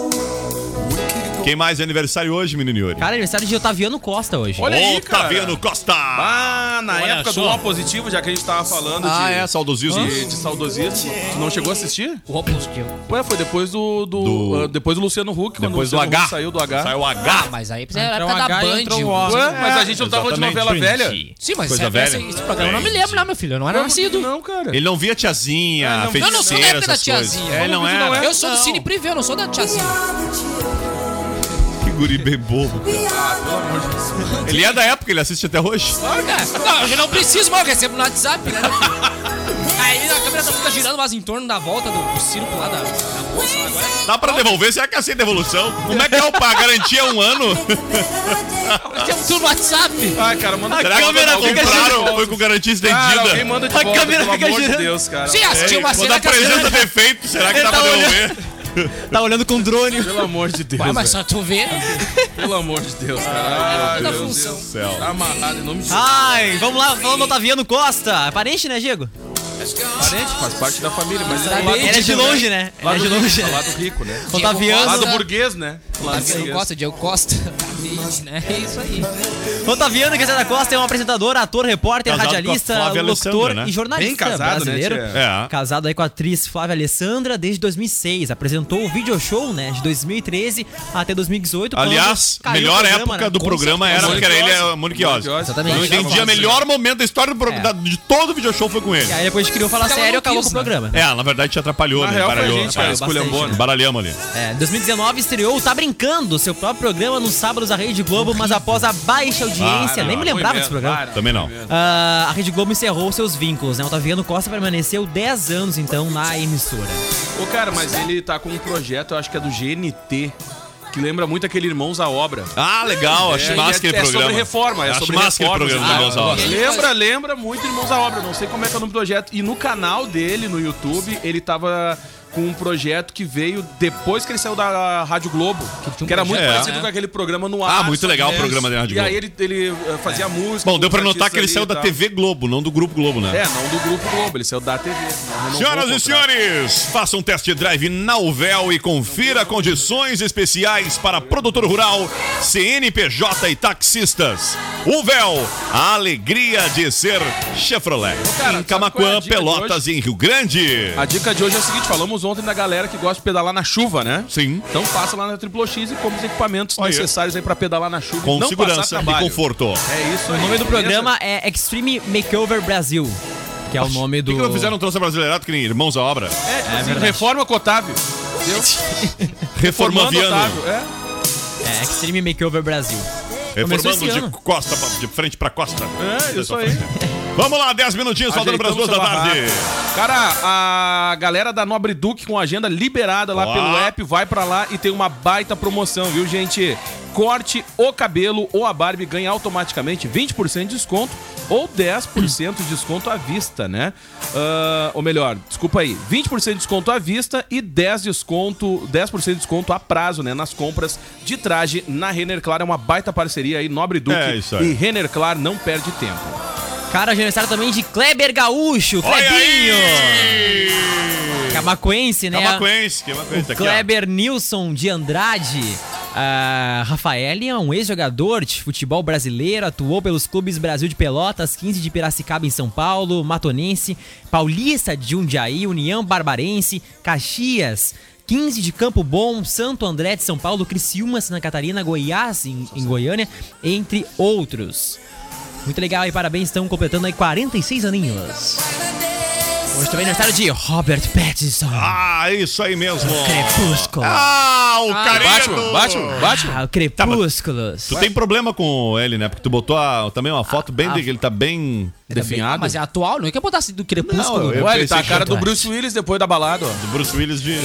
Speaker 1: Quem mais é aniversário hoje, menino Yuri?
Speaker 2: Cara, aniversário de Otaviano Costa hoje.
Speaker 4: Olha aí, cara.
Speaker 1: Otaviano Costa!
Speaker 4: Ah, na
Speaker 3: Olha
Speaker 4: época do
Speaker 3: só.
Speaker 4: O positivo, já que a gente tava falando
Speaker 1: Ah,
Speaker 4: de,
Speaker 1: é, saudosismo.
Speaker 4: de, de saudosismo. Tu não chegou a assistir?
Speaker 3: O Rob positivo.
Speaker 4: Ué, foi depois do. do,
Speaker 1: Do-
Speaker 4: ah, depois do Luciano Huck, quando o
Speaker 1: Depois do
Speaker 4: Luciano
Speaker 1: H.
Speaker 4: Huck saiu do H.
Speaker 1: Saiu o H.
Speaker 3: Mas aí precisa era
Speaker 2: Entrou um
Speaker 3: época da
Speaker 2: H e entrou o
Speaker 3: Band.
Speaker 2: O.
Speaker 4: Ué, mas a gente Ah, não tava falando de
Speaker 1: Exatamente.
Speaker 4: novela velha.
Speaker 3: Sim, mas
Speaker 1: Coisa
Speaker 3: essa- essa-
Speaker 1: velha.
Speaker 3: esse
Speaker 2: é
Speaker 3: programa eu não me lembro, né, meu filho? Eu não era
Speaker 4: Não,
Speaker 3: nascido.
Speaker 4: Não, cara.
Speaker 1: Ele não via tiazinha,
Speaker 4: Ah, não-
Speaker 1: feiticeira,
Speaker 3: Eu não sou da época da
Speaker 1: essas coisas.
Speaker 3: tiazinha.
Speaker 1: É, ele não era.
Speaker 3: Eu sou do
Speaker 4: Não.
Speaker 3: Cine Privé, eu não sou da tiazinha.
Speaker 1: Que guri bem bobo, cara. Ele é da época, ele assiste até hoje.
Speaker 3: É, Não, eu já não preciso mais, eu recebo no WhatsApp, né? meu filho? Aí a câmera tá fica girando mais em torno da volta do, do circo lá da, da bolsa. lá Agora
Speaker 1: Dá pra devolver, será que é aceita devolução? Como é que é o par? Garantia é um ano?
Speaker 3: Nós temos tudo no WhatsApp.
Speaker 4: Ai, Ah, cara, manda
Speaker 1: Será que
Speaker 4: câmera
Speaker 1: alguém compraram? Foi com garantia estendida.
Speaker 4: Cara, alguém manda de
Speaker 1: é a
Speaker 4: volta,
Speaker 1: câmera
Speaker 4: pelo
Speaker 1: fica
Speaker 4: amor de
Speaker 1: girando.
Speaker 4: Deus, cara.
Speaker 3: Sim, assistiu uma
Speaker 1: Quando
Speaker 3: cena que a
Speaker 1: apresenta
Speaker 3: câmera-
Speaker 1: defeito, será que
Speaker 2: Ele
Speaker 1: dá pra
Speaker 2: tá
Speaker 1: devolver?
Speaker 2: Tá olhando com drone.
Speaker 4: Pelo amor de Deus,
Speaker 3: Ué, mas só
Speaker 4: velho.
Speaker 3: tu vê.
Speaker 4: Pelo amor de Deus, cara. Ai,
Speaker 3: toda a
Speaker 4: meu Deus
Speaker 3: função.
Speaker 4: do céu. Tá amarrado em nome
Speaker 2: Ah.
Speaker 4: de Jesus.
Speaker 2: Ai, vamos lá, falando do Otaviano Costa. É Parente, né, Diego?
Speaker 4: Parente, faz parte da família, mas ele
Speaker 3: Tá
Speaker 4: é do lado-
Speaker 3: bem,
Speaker 2: Ele é de longe, né? Ele
Speaker 4: lá
Speaker 2: é
Speaker 4: do
Speaker 2: de
Speaker 4: rico,
Speaker 2: longe.
Speaker 4: tá lá do rico, né?
Speaker 2: Otaviano.
Speaker 4: Lá
Speaker 3: Costa.
Speaker 4: do burguês, né? Lá do
Speaker 3: Diego
Speaker 4: burguês.
Speaker 3: Costa, Diego Costa. Parabéns, né? É isso aí.
Speaker 2: Otaviano Quezada da Costa é um apresentador, ator, repórter,
Speaker 1: Casado com a
Speaker 2: radialista,
Speaker 1: Flávia
Speaker 2: locutor
Speaker 1: Alessandra, né?
Speaker 2: e jornalista
Speaker 4: Bem casado, né,
Speaker 2: brasileiro.
Speaker 4: tia?
Speaker 1: É.
Speaker 2: Casado aí com a atriz Flávia Alessandra desde 2006. Apresentou o video show, né, de 2013 até 2018. quando
Speaker 1: Aliás,
Speaker 2: caiu o
Speaker 1: melhor
Speaker 2: programa,
Speaker 1: época
Speaker 2: né?
Speaker 1: do
Speaker 2: Com
Speaker 1: programa
Speaker 2: certeza.
Speaker 1: era porque era ele,
Speaker 4: Moniquiose.
Speaker 1: é Moniquiose.
Speaker 4: Moniquiose.
Speaker 2: Exatamente.
Speaker 1: Eu entendi, o melhor momento da história do pro-
Speaker 2: É.
Speaker 1: da- de todo o videoshow foi com ele.
Speaker 2: E aí depois criou Falar
Speaker 3: Ela
Speaker 2: Sério
Speaker 3: não
Speaker 2: e acabou
Speaker 3: quis,
Speaker 2: com o programa.
Speaker 1: É, na verdade te atrapalhou,
Speaker 4: Na
Speaker 1: né?
Speaker 4: real, foi a
Speaker 1: Baralhou,
Speaker 4: gente, cara,
Speaker 1: atrapalhou.
Speaker 4: esculhambou, né?
Speaker 1: Baralhamos ali.
Speaker 2: É, em 2019 estreou o Tá Brincando, seu próprio programa nos sábados da Rede Globo, mas após a baixa audiência,
Speaker 1: Ah, não,
Speaker 2: nem me lembrava desse programa.
Speaker 1: Também não.
Speaker 2: Ah, a Rede Globo encerrou seus vínculos, né? Otaviano Costa permaneceu 10 anos, então, na emissora.
Speaker 4: Ô, cara, mas ele tá com um projeto, eu acho que é do GNT, que lembra muito aquele Irmãos à Obra.
Speaker 1: Ah, legal, acho massa aquele
Speaker 4: é, é
Speaker 1: programa.
Speaker 4: sobre reforma, é
Speaker 1: Acho
Speaker 4: sobre
Speaker 1: massa aquele
Speaker 4: reforma.
Speaker 1: programa do Irmãos à Obra.
Speaker 4: Lembra, lembra muito Irmãos à Obra, não sei como é que é o nome do projeto. E no canal dele, no YouTube, ele tava com um projeto que veio depois que ele saiu da Rádio Globo, que, era muito
Speaker 1: projeto,
Speaker 4: parecido
Speaker 1: né?
Speaker 4: com aquele programa no
Speaker 1: Ah,
Speaker 4: ar.
Speaker 1: muito legal o
Speaker 4: sabe?
Speaker 1: programa da Rádio É.
Speaker 4: E aí ele, ele eh, fazia música.
Speaker 1: Bom, deu pra
Speaker 4: com os
Speaker 1: notar que ele
Speaker 4: artistas
Speaker 1: saiu
Speaker 4: ali
Speaker 1: da
Speaker 4: e tal.
Speaker 1: TV Globo, não do Grupo Globo, né?
Speaker 4: É, não do Grupo Globo, ele saiu da TV. né? Renovou
Speaker 1: Senhoras
Speaker 4: o
Speaker 1: e
Speaker 4: contrato.
Speaker 1: senhores, faça um test drive na Uvel e confira condições especiais para produtor rural, CNPJ e taxistas. Uvel, a alegria de ser Chevrolet. em
Speaker 4: cara, sabe qual é a
Speaker 1: Camaquã,
Speaker 4: dica de
Speaker 1: Pelotas e em Rio Grande.
Speaker 4: A dica de hoje é a seguinte: falamos ontem da galera que gosta de pedalar na chuva, né?
Speaker 1: Sim.
Speaker 4: Então passa lá na Triplo X e compra os equipamentos
Speaker 1: Olha.
Speaker 4: necessários aí pra pedalar na chuva. e
Speaker 1: Com
Speaker 4: não
Speaker 1: segurança
Speaker 4: passar
Speaker 1: e
Speaker 4: trabalho.
Speaker 1: conforto.
Speaker 4: É isso aí.
Speaker 2: O nome do programa é Extreme Makeover Brasil, que é o nome do.
Speaker 1: Por que não fizeram trouxa brasileirado que nem irmãos à obra?
Speaker 4: É, tipo assim, reforma com Otávio. Entendeu?
Speaker 1: Reformando
Speaker 4: Otávio. É.
Speaker 2: É, Extreme Makeover Brasil. Começou
Speaker 1: Reformando
Speaker 2: esse
Speaker 1: de
Speaker 2: ano.
Speaker 1: costa pra- de frente pra costa.
Speaker 4: É, isso aí.
Speaker 1: Vamos lá, 10 minutinhos, faltando para as duas
Speaker 4: Ajeitamos
Speaker 1: da
Speaker 4: seu
Speaker 1: tarde.
Speaker 4: barraco. Cara, a galera da Nobre Duque com agenda liberada lá
Speaker 1: Ó.
Speaker 4: pelo app, vai pra lá e tem uma baita promoção, viu, gente? Corte o cabelo ou a Barbie ganha automaticamente 20% de desconto ou 10% de desconto à vista, né? Ah, ou melhor, desculpa aí, 20% de desconto à vista e 10 desconto, 10% de desconto a prazo, né, nas compras de traje na Renner Claro, é uma baita parceria aí Nobre Duque
Speaker 1: É, isso aí.
Speaker 4: e Renner Claro não perde tempo.
Speaker 2: Cara, aniversário também de Kleber Gaúcho,
Speaker 1: Olha
Speaker 2: Klebinho.
Speaker 1: aí!
Speaker 2: Camacuense,
Speaker 1: É
Speaker 2: né?
Speaker 1: Camacuense, Camacuense. Aqui, ó.
Speaker 2: Kleber Nilson de Andrade. Ah, Rafael é um ex-jogador de futebol brasileiro, atuou pelos clubes Brasil de Pelotas, 15 de Piracicaba em São Paulo, Matonense, Paulista de Jundiaí, União Barbarense, Caxias, 15 de Campo Bom, Santo André de São Paulo, Criciúma, Santa Catarina, Goiás em, em Goiânia, entre outros. Muito legal e parabéns, estão completando aí 46 aninhos. Hoje também é aniversário de Robert Pattinson.
Speaker 1: Ah, isso aí mesmo.
Speaker 2: Crepúsculo.
Speaker 1: Ah, o carinho.
Speaker 4: Batman, Batman, Batman.
Speaker 2: Ah, o Crepúsculos.
Speaker 4: Tá,
Speaker 1: Tu Tá, tem problema com ele, né? Porque tu botou a- também uma foto bem
Speaker 3: ah.
Speaker 1: dele, que ele tá bem.
Speaker 3: Ah, mas é atual, não é que eu botasse do Crepúsculo.
Speaker 1: Não, eu-
Speaker 4: Ué, ele tá a
Speaker 1: pensei é.
Speaker 4: cara
Speaker 2: que-
Speaker 4: do Bruce Willis depois da balada, ó.
Speaker 1: Do Bruce Willis de.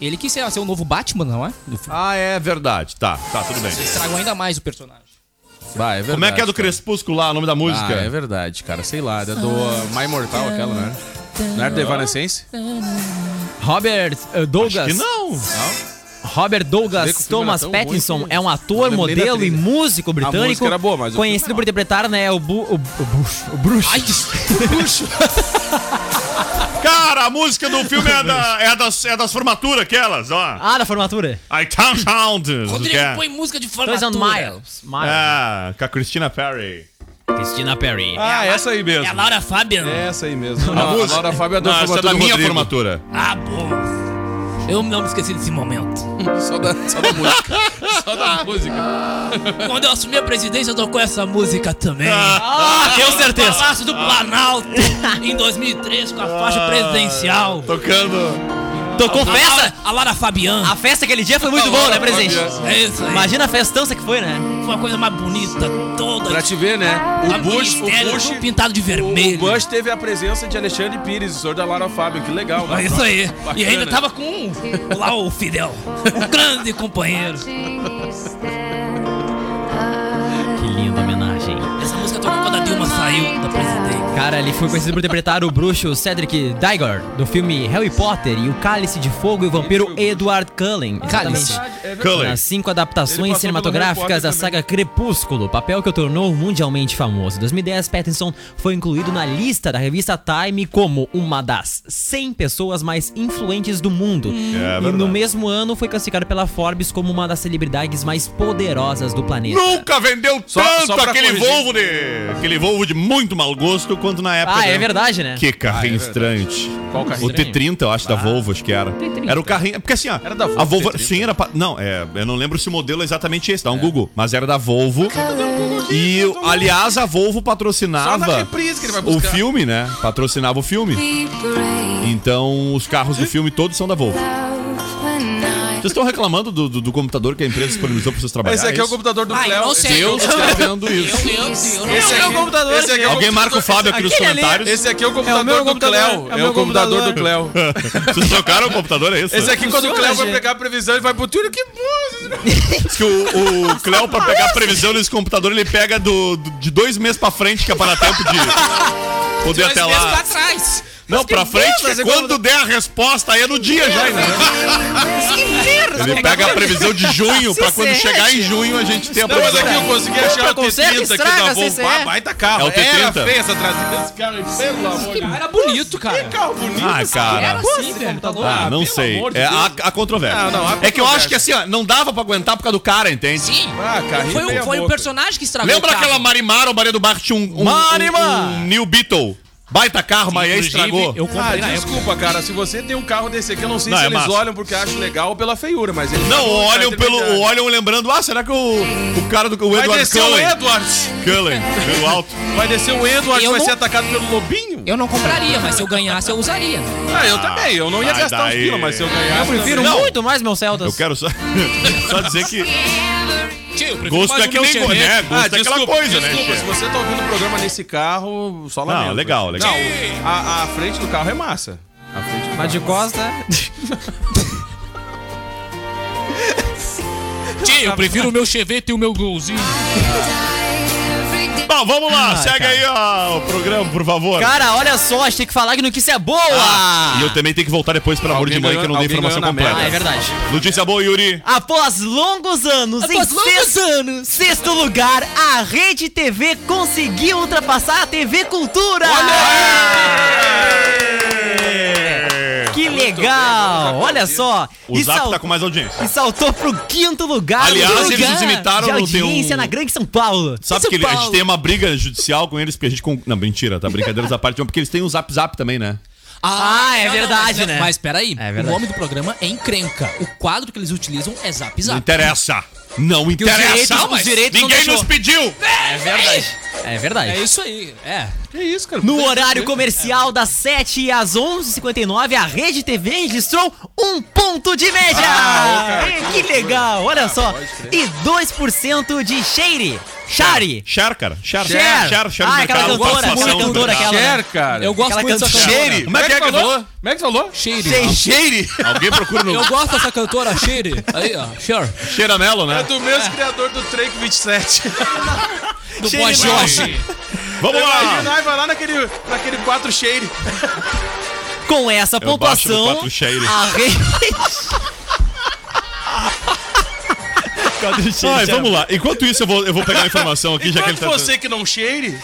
Speaker 3: Ele quis ser, ser o novo Batman, não é? Do filme.
Speaker 1: Ah, é verdade. Tá, tá, tudo bem.
Speaker 3: Estragou ainda mais o personagem.
Speaker 4: Vai, é verdade.
Speaker 1: Como é que é do Crepúsculo lá, o nome da
Speaker 4: Ah, é
Speaker 1: música?
Speaker 4: verdade, cara. Sei lá, é do uh, My Mortal, aquela, né? Não era do Evanescence?
Speaker 2: Robert eh, Douglas.
Speaker 1: que não.
Speaker 2: Robert
Speaker 4: Você vê
Speaker 2: Douglas
Speaker 4: que o filme
Speaker 2: Thomas
Speaker 4: era tão ruim
Speaker 2: Pattinson
Speaker 4: que-
Speaker 2: é um ator,
Speaker 4: Eu lembrei da
Speaker 2: modelo e
Speaker 4: trilha.
Speaker 2: músico britânico.
Speaker 4: música era boa, mas o
Speaker 2: conhecido
Speaker 4: filme
Speaker 2: por interpretar, né, o, bu, o, o bruxo. O bruxo.
Speaker 1: Cara, a música do filme é, da, é, das, é das formaturas, aquelas, ó.
Speaker 2: Ah, da formatura.
Speaker 1: I Town Sound.
Speaker 3: Rodrigo, põe música de
Speaker 2: Dois
Speaker 3: formatura.
Speaker 2: on Miles. Miles.
Speaker 1: É, com a Christina Perry.
Speaker 2: Christina Perry.
Speaker 4: Ah, essa aí mesmo.
Speaker 3: É a Laura Fabian.
Speaker 4: É essa aí mesmo.
Speaker 1: A música?
Speaker 4: Laura Fábio é do
Speaker 1: Não, essa é da
Speaker 4: do
Speaker 1: minha
Speaker 4: Rodrigo.
Speaker 1: formatura.
Speaker 3: Ah, bom. Eu não me esqueci desse momento.
Speaker 4: Só da, só da música. só da música.
Speaker 3: Quando eu assumi a presidência, tocou essa música também.
Speaker 2: Ah, tenho certeza.
Speaker 3: No Palácio do Planalto, em 2003, com a faixa presidencial.
Speaker 1: Tocando.
Speaker 2: Tocou
Speaker 3: A
Speaker 2: festa.
Speaker 3: Laura- A Lara Fabian.
Speaker 4: Ah.
Speaker 2: A festa aquele dia foi
Speaker 4: Tá
Speaker 2: muito boa, né, presente?
Speaker 3: É isso aí.
Speaker 2: Imagina a festança que foi, né?
Speaker 3: Foi a coisa mais bonita toda.
Speaker 4: Pra te ver, né?
Speaker 3: Lá
Speaker 4: O
Speaker 3: no
Speaker 4: Bush, o
Speaker 3: ministério,
Speaker 4: Bush,
Speaker 3: tudo pintado de
Speaker 4: o
Speaker 3: vermelho.
Speaker 4: Bush teve a presença de Alexandre Pires, o senhor da Laura Fábio. Que legal, né?
Speaker 3: É isso aí. E
Speaker 4: Bacana.
Speaker 3: ainda tava com lá o Fidel. Um grande companheiro.
Speaker 2: Que linda homenagem.
Speaker 3: Essa música tocou quando a Dilma saiu da presidência.
Speaker 2: Cara, ele foi conhecido por interpretar o bruxo Cedric Diggory do filme Harry Potter e o Cálice de Fogo e o vampiro Edward Cullen.
Speaker 3: Cálice.
Speaker 2: Exatamente.
Speaker 1: Cullen.
Speaker 2: Nas cinco
Speaker 4: Ele
Speaker 2: adaptações
Speaker 4: passou pelo Harry
Speaker 2: cinematográficas da
Speaker 4: Potter
Speaker 2: saga Crepúsculo, papel que o tornou mundialmente famoso. Em 2010, Pattinson foi incluído na lista da revista Time como uma das 100 pessoas mais influentes do mundo. e
Speaker 1: É Hum. verdade.
Speaker 2: no mesmo ano foi classificado pela Forbes como uma das celebridades mais poderosas do planeta.
Speaker 1: Nunca vendeu
Speaker 4: Só-
Speaker 1: tanto
Speaker 4: só pra
Speaker 1: aquele
Speaker 4: corrigir.
Speaker 1: Volvo de. Aquele Volvo de muito mau gosto quanto na época.
Speaker 2: Ah, é
Speaker 1: né?
Speaker 2: verdade, né?
Speaker 1: Que carrinho estranho.
Speaker 4: Qual carrinho? Ah.
Speaker 1: O T30, eu acho, da Volvo, acho que era. Era o carrinho. Porque assim, ó.
Speaker 4: Era da Volvo,
Speaker 1: A Volvo.
Speaker 4: T30.
Speaker 1: Sim, era. pa- Não, é, eu não lembro se o modelo é exatamente esse, dá um Google. Mas era da Volvo. E, aliás, a Volvo
Speaker 4: Só na
Speaker 1: patrocinava.
Speaker 4: reprise que ele vai
Speaker 1: O
Speaker 4: buscar.
Speaker 1: filme, né? Patrocinava o filme. Então, os carros do filme todos são da Volvo. Vocês estão reclamando do, do- do computador que a empresa disponibilizou pra vocês trabalharem?
Speaker 4: Esse aqui é o computador do
Speaker 3: Ai,
Speaker 4: Cleo.
Speaker 3: não sei.
Speaker 4: Deus
Speaker 3: Eu-
Speaker 4: tá vendo isso.
Speaker 3: Eu, eu, eu, eu.
Speaker 4: Esse aqui é o computador. Esse aqui é o
Speaker 1: Alguém marca o Fábio aqui nos
Speaker 2: Aquele ali é-
Speaker 1: comentários.
Speaker 4: Esse aqui é o computador
Speaker 2: meu
Speaker 4: do
Speaker 2: computador,
Speaker 4: Cleo.
Speaker 2: é o
Speaker 4: É
Speaker 2: meu
Speaker 4: o computador do Cleo.
Speaker 1: Vocês trocaram o computador, é isso?
Speaker 4: Esse aqui, quando o
Speaker 2: Funciona,
Speaker 4: Cleo vai
Speaker 2: gente.
Speaker 4: pegar a previsão, ele vai pro Túlio. Que música!
Speaker 1: Diz que o, o Cléo, pra pegar a previsão desse computador, ele pega do, do- de dois meses pra frente, que é para tempo de poder até lá.
Speaker 3: atrás.
Speaker 1: Não, pra frente, que quando der a resposta, aí é no dia já, né? Ele pega a previsão de junho, pra quando chegar em junho a gente ter a
Speaker 4: Não, mas
Speaker 1: previsão.
Speaker 4: aqui eu consegui achar o
Speaker 3: conserta,
Speaker 4: T30 aqui
Speaker 3: estraga,
Speaker 4: da
Speaker 3: CCE.
Speaker 4: Volvo. Ah, baita carro.
Speaker 1: É o T30.
Speaker 4: Era feia essa trazida desse carro, aí, pelo amor de Deus.
Speaker 3: Era bonito, cara.
Speaker 4: Que carro bonito.
Speaker 1: Ah, cara.
Speaker 3: Era assim, velho. Tá louco?
Speaker 1: Ah, não
Speaker 4: pelo
Speaker 1: sei.
Speaker 4: amor de
Speaker 1: É a,
Speaker 4: Deus.
Speaker 1: a controvérsia.
Speaker 4: Ah, não, há
Speaker 1: é que eu acho
Speaker 4: controvérsia.
Speaker 1: que assim, ó, não dava pra aguentar por causa do cara, entende?
Speaker 3: Sim.
Speaker 4: Ah, carrinho
Speaker 3: Foi,
Speaker 4: meia
Speaker 3: o- foi o
Speaker 4: boca.
Speaker 3: personagem que estragou
Speaker 1: Lembra
Speaker 3: o carro.
Speaker 1: aquela Marimar ou Maria do Bar que tinha um, um,
Speaker 2: Marimar!
Speaker 1: um- um New Beetle? Baita carro, mas aí estragou.
Speaker 3: Eu
Speaker 4: Ah,
Speaker 3: comprei na época.
Speaker 4: desculpa, cara. Se você tem um carro desse aqui, eu não sei
Speaker 1: Não,
Speaker 4: se
Speaker 1: é
Speaker 4: eles
Speaker 1: massa.
Speaker 4: olham porque acham legal ou pela feiura, mas eles
Speaker 1: Não, olham pelo.
Speaker 4: olho.
Speaker 1: Olham lembrando, ah, será que o, o cara do. O
Speaker 4: Vai
Speaker 1: Edward
Speaker 4: descer o
Speaker 1: Cullen.
Speaker 4: Edwards.
Speaker 1: Cullen, pelo alto.
Speaker 4: Vai descer o Edwards,
Speaker 3: Eu
Speaker 4: vai
Speaker 3: não-
Speaker 4: ser atacado pelo lobinho?
Speaker 3: Eu não compraria, mas se eu ganhasse, eu usaria.
Speaker 4: Ah, eu também. Eu não ia
Speaker 1: Ah,
Speaker 4: gastar uns
Speaker 1: daí.
Speaker 4: pila, mas se eu ganhar. Eu
Speaker 2: Prefiro
Speaker 1: Não.
Speaker 2: muito mais meu
Speaker 1: Eu
Speaker 2: Celtas.
Speaker 1: quero só, só dizer que
Speaker 3: Tio, eu prefiro
Speaker 1: gosto
Speaker 3: mais
Speaker 1: é
Speaker 3: o
Speaker 1: que
Speaker 3: meu
Speaker 1: nem gosto,
Speaker 3: Chevy.
Speaker 1: né? Gosto
Speaker 4: Ah,
Speaker 1: é aquela
Speaker 4: desculpa,
Speaker 1: coisa, né?
Speaker 4: Desculpa, se
Speaker 1: gente?
Speaker 4: você tá ouvindo o programa nesse carro, só lamento.
Speaker 1: legal, legal.
Speaker 4: Não, a, a frente do carro é massa. A frente do
Speaker 2: Mas de costa.
Speaker 3: Tio, eu prefiro o meu Chevette e o meu Golzinho.
Speaker 1: Bom, vamos lá,
Speaker 2: Ah,
Speaker 1: segue
Speaker 2: cara.
Speaker 1: aí ó, o programa, por favor.
Speaker 2: Cara, olha só, a gente tem que falar que notícia é boa!
Speaker 1: Ah, E eu também tenho que voltar depois, pelo amor
Speaker 4: Alguém
Speaker 1: de mãe,
Speaker 4: ganhou-
Speaker 1: que eu não dei
Speaker 4: alguém
Speaker 1: informação
Speaker 4: ganhou na
Speaker 1: completa.
Speaker 2: Ah, é verdade.
Speaker 1: Notícia boa, Yuri.
Speaker 2: Após longos anos,
Speaker 3: Após
Speaker 2: em
Speaker 3: longos
Speaker 2: sexto, sexto lugar, a Rede TV conseguiu ultrapassar a TV Cultura. Que legal! Olha só.
Speaker 1: O
Speaker 2: e,
Speaker 1: Zap
Speaker 2: sal-
Speaker 1: tá com mais audiência.
Speaker 2: e saltou pro quinto lugar.
Speaker 1: Aliás,
Speaker 2: Quinto
Speaker 1: eles
Speaker 2: lugar
Speaker 1: nos imitaram
Speaker 2: de
Speaker 1: no teu-
Speaker 2: audiência na Grande São Paulo.
Speaker 1: Sabe que ele- a gente tem uma briga judicial com eles, porque a gente. con- Não, mentira, tá? Brincadeiras à parte, porque eles têm o zap zap também, né?
Speaker 2: Ah, é
Speaker 3: não, não,
Speaker 2: verdade,
Speaker 3: mas,
Speaker 2: né?
Speaker 3: Mas peraí,
Speaker 2: É verdade.
Speaker 3: o nome do programa é Encrenca. O quadro que eles utilizam é Zap
Speaker 1: Não
Speaker 3: Zap.
Speaker 1: interessa. Não
Speaker 2: os
Speaker 1: interessa.
Speaker 2: direitos-
Speaker 1: Não,
Speaker 2: os
Speaker 1: mas
Speaker 2: direitos não
Speaker 1: Ninguém
Speaker 2: deixou.
Speaker 1: nos pediu.
Speaker 2: É verdade. É verdade.
Speaker 1: Então-
Speaker 3: É isso aí, é.
Speaker 4: Que isso, cara?
Speaker 2: No
Speaker 4: Tem-
Speaker 2: horário comercial das 7 às 11h59, a Rede TV registrou um ponto de média.
Speaker 1: Ah,
Speaker 2: Ei, que legal, olha só. E 2% de share. Share.
Speaker 1: Cher, cara. Cher.
Speaker 2: Cher.
Speaker 1: Cher, cher do
Speaker 2: Ah, aquela
Speaker 1: mercado,
Speaker 2: cantora,
Speaker 1: participação
Speaker 2: aquela cantora,
Speaker 1: do mercado.
Speaker 2: aquela- né?
Speaker 4: Cher, cara.
Speaker 3: Eu gosto
Speaker 2: Aquela
Speaker 3: muito dessa
Speaker 2: canção.
Speaker 3: cantora.
Speaker 1: Como é que é que falou?
Speaker 4: Como é que falou?
Speaker 3: Cheire.
Speaker 1: Cheire. Alguém procura no
Speaker 3: Eu gosto dessa cantora, Cheire. Aí, ó, Cher.
Speaker 1: Cheiramelo,
Speaker 4: É
Speaker 1: né?
Speaker 4: do mesmo criador do Trek 27.
Speaker 3: Do Boa Jorge.
Speaker 1: Vamos lá.
Speaker 4: Imagina, aí vai lá naquele, naquele 4 shade.
Speaker 2: Com essa
Speaker 1: baixo no
Speaker 2: pontuação, Ah,
Speaker 1: quatro Share.
Speaker 2: a Rede...
Speaker 1: Ai, vamos lá. Enquanto isso, eu vou, eu vou pegar a informação aqui, já que ele
Speaker 4: Enquanto
Speaker 1: tá...
Speaker 4: você que não cheire,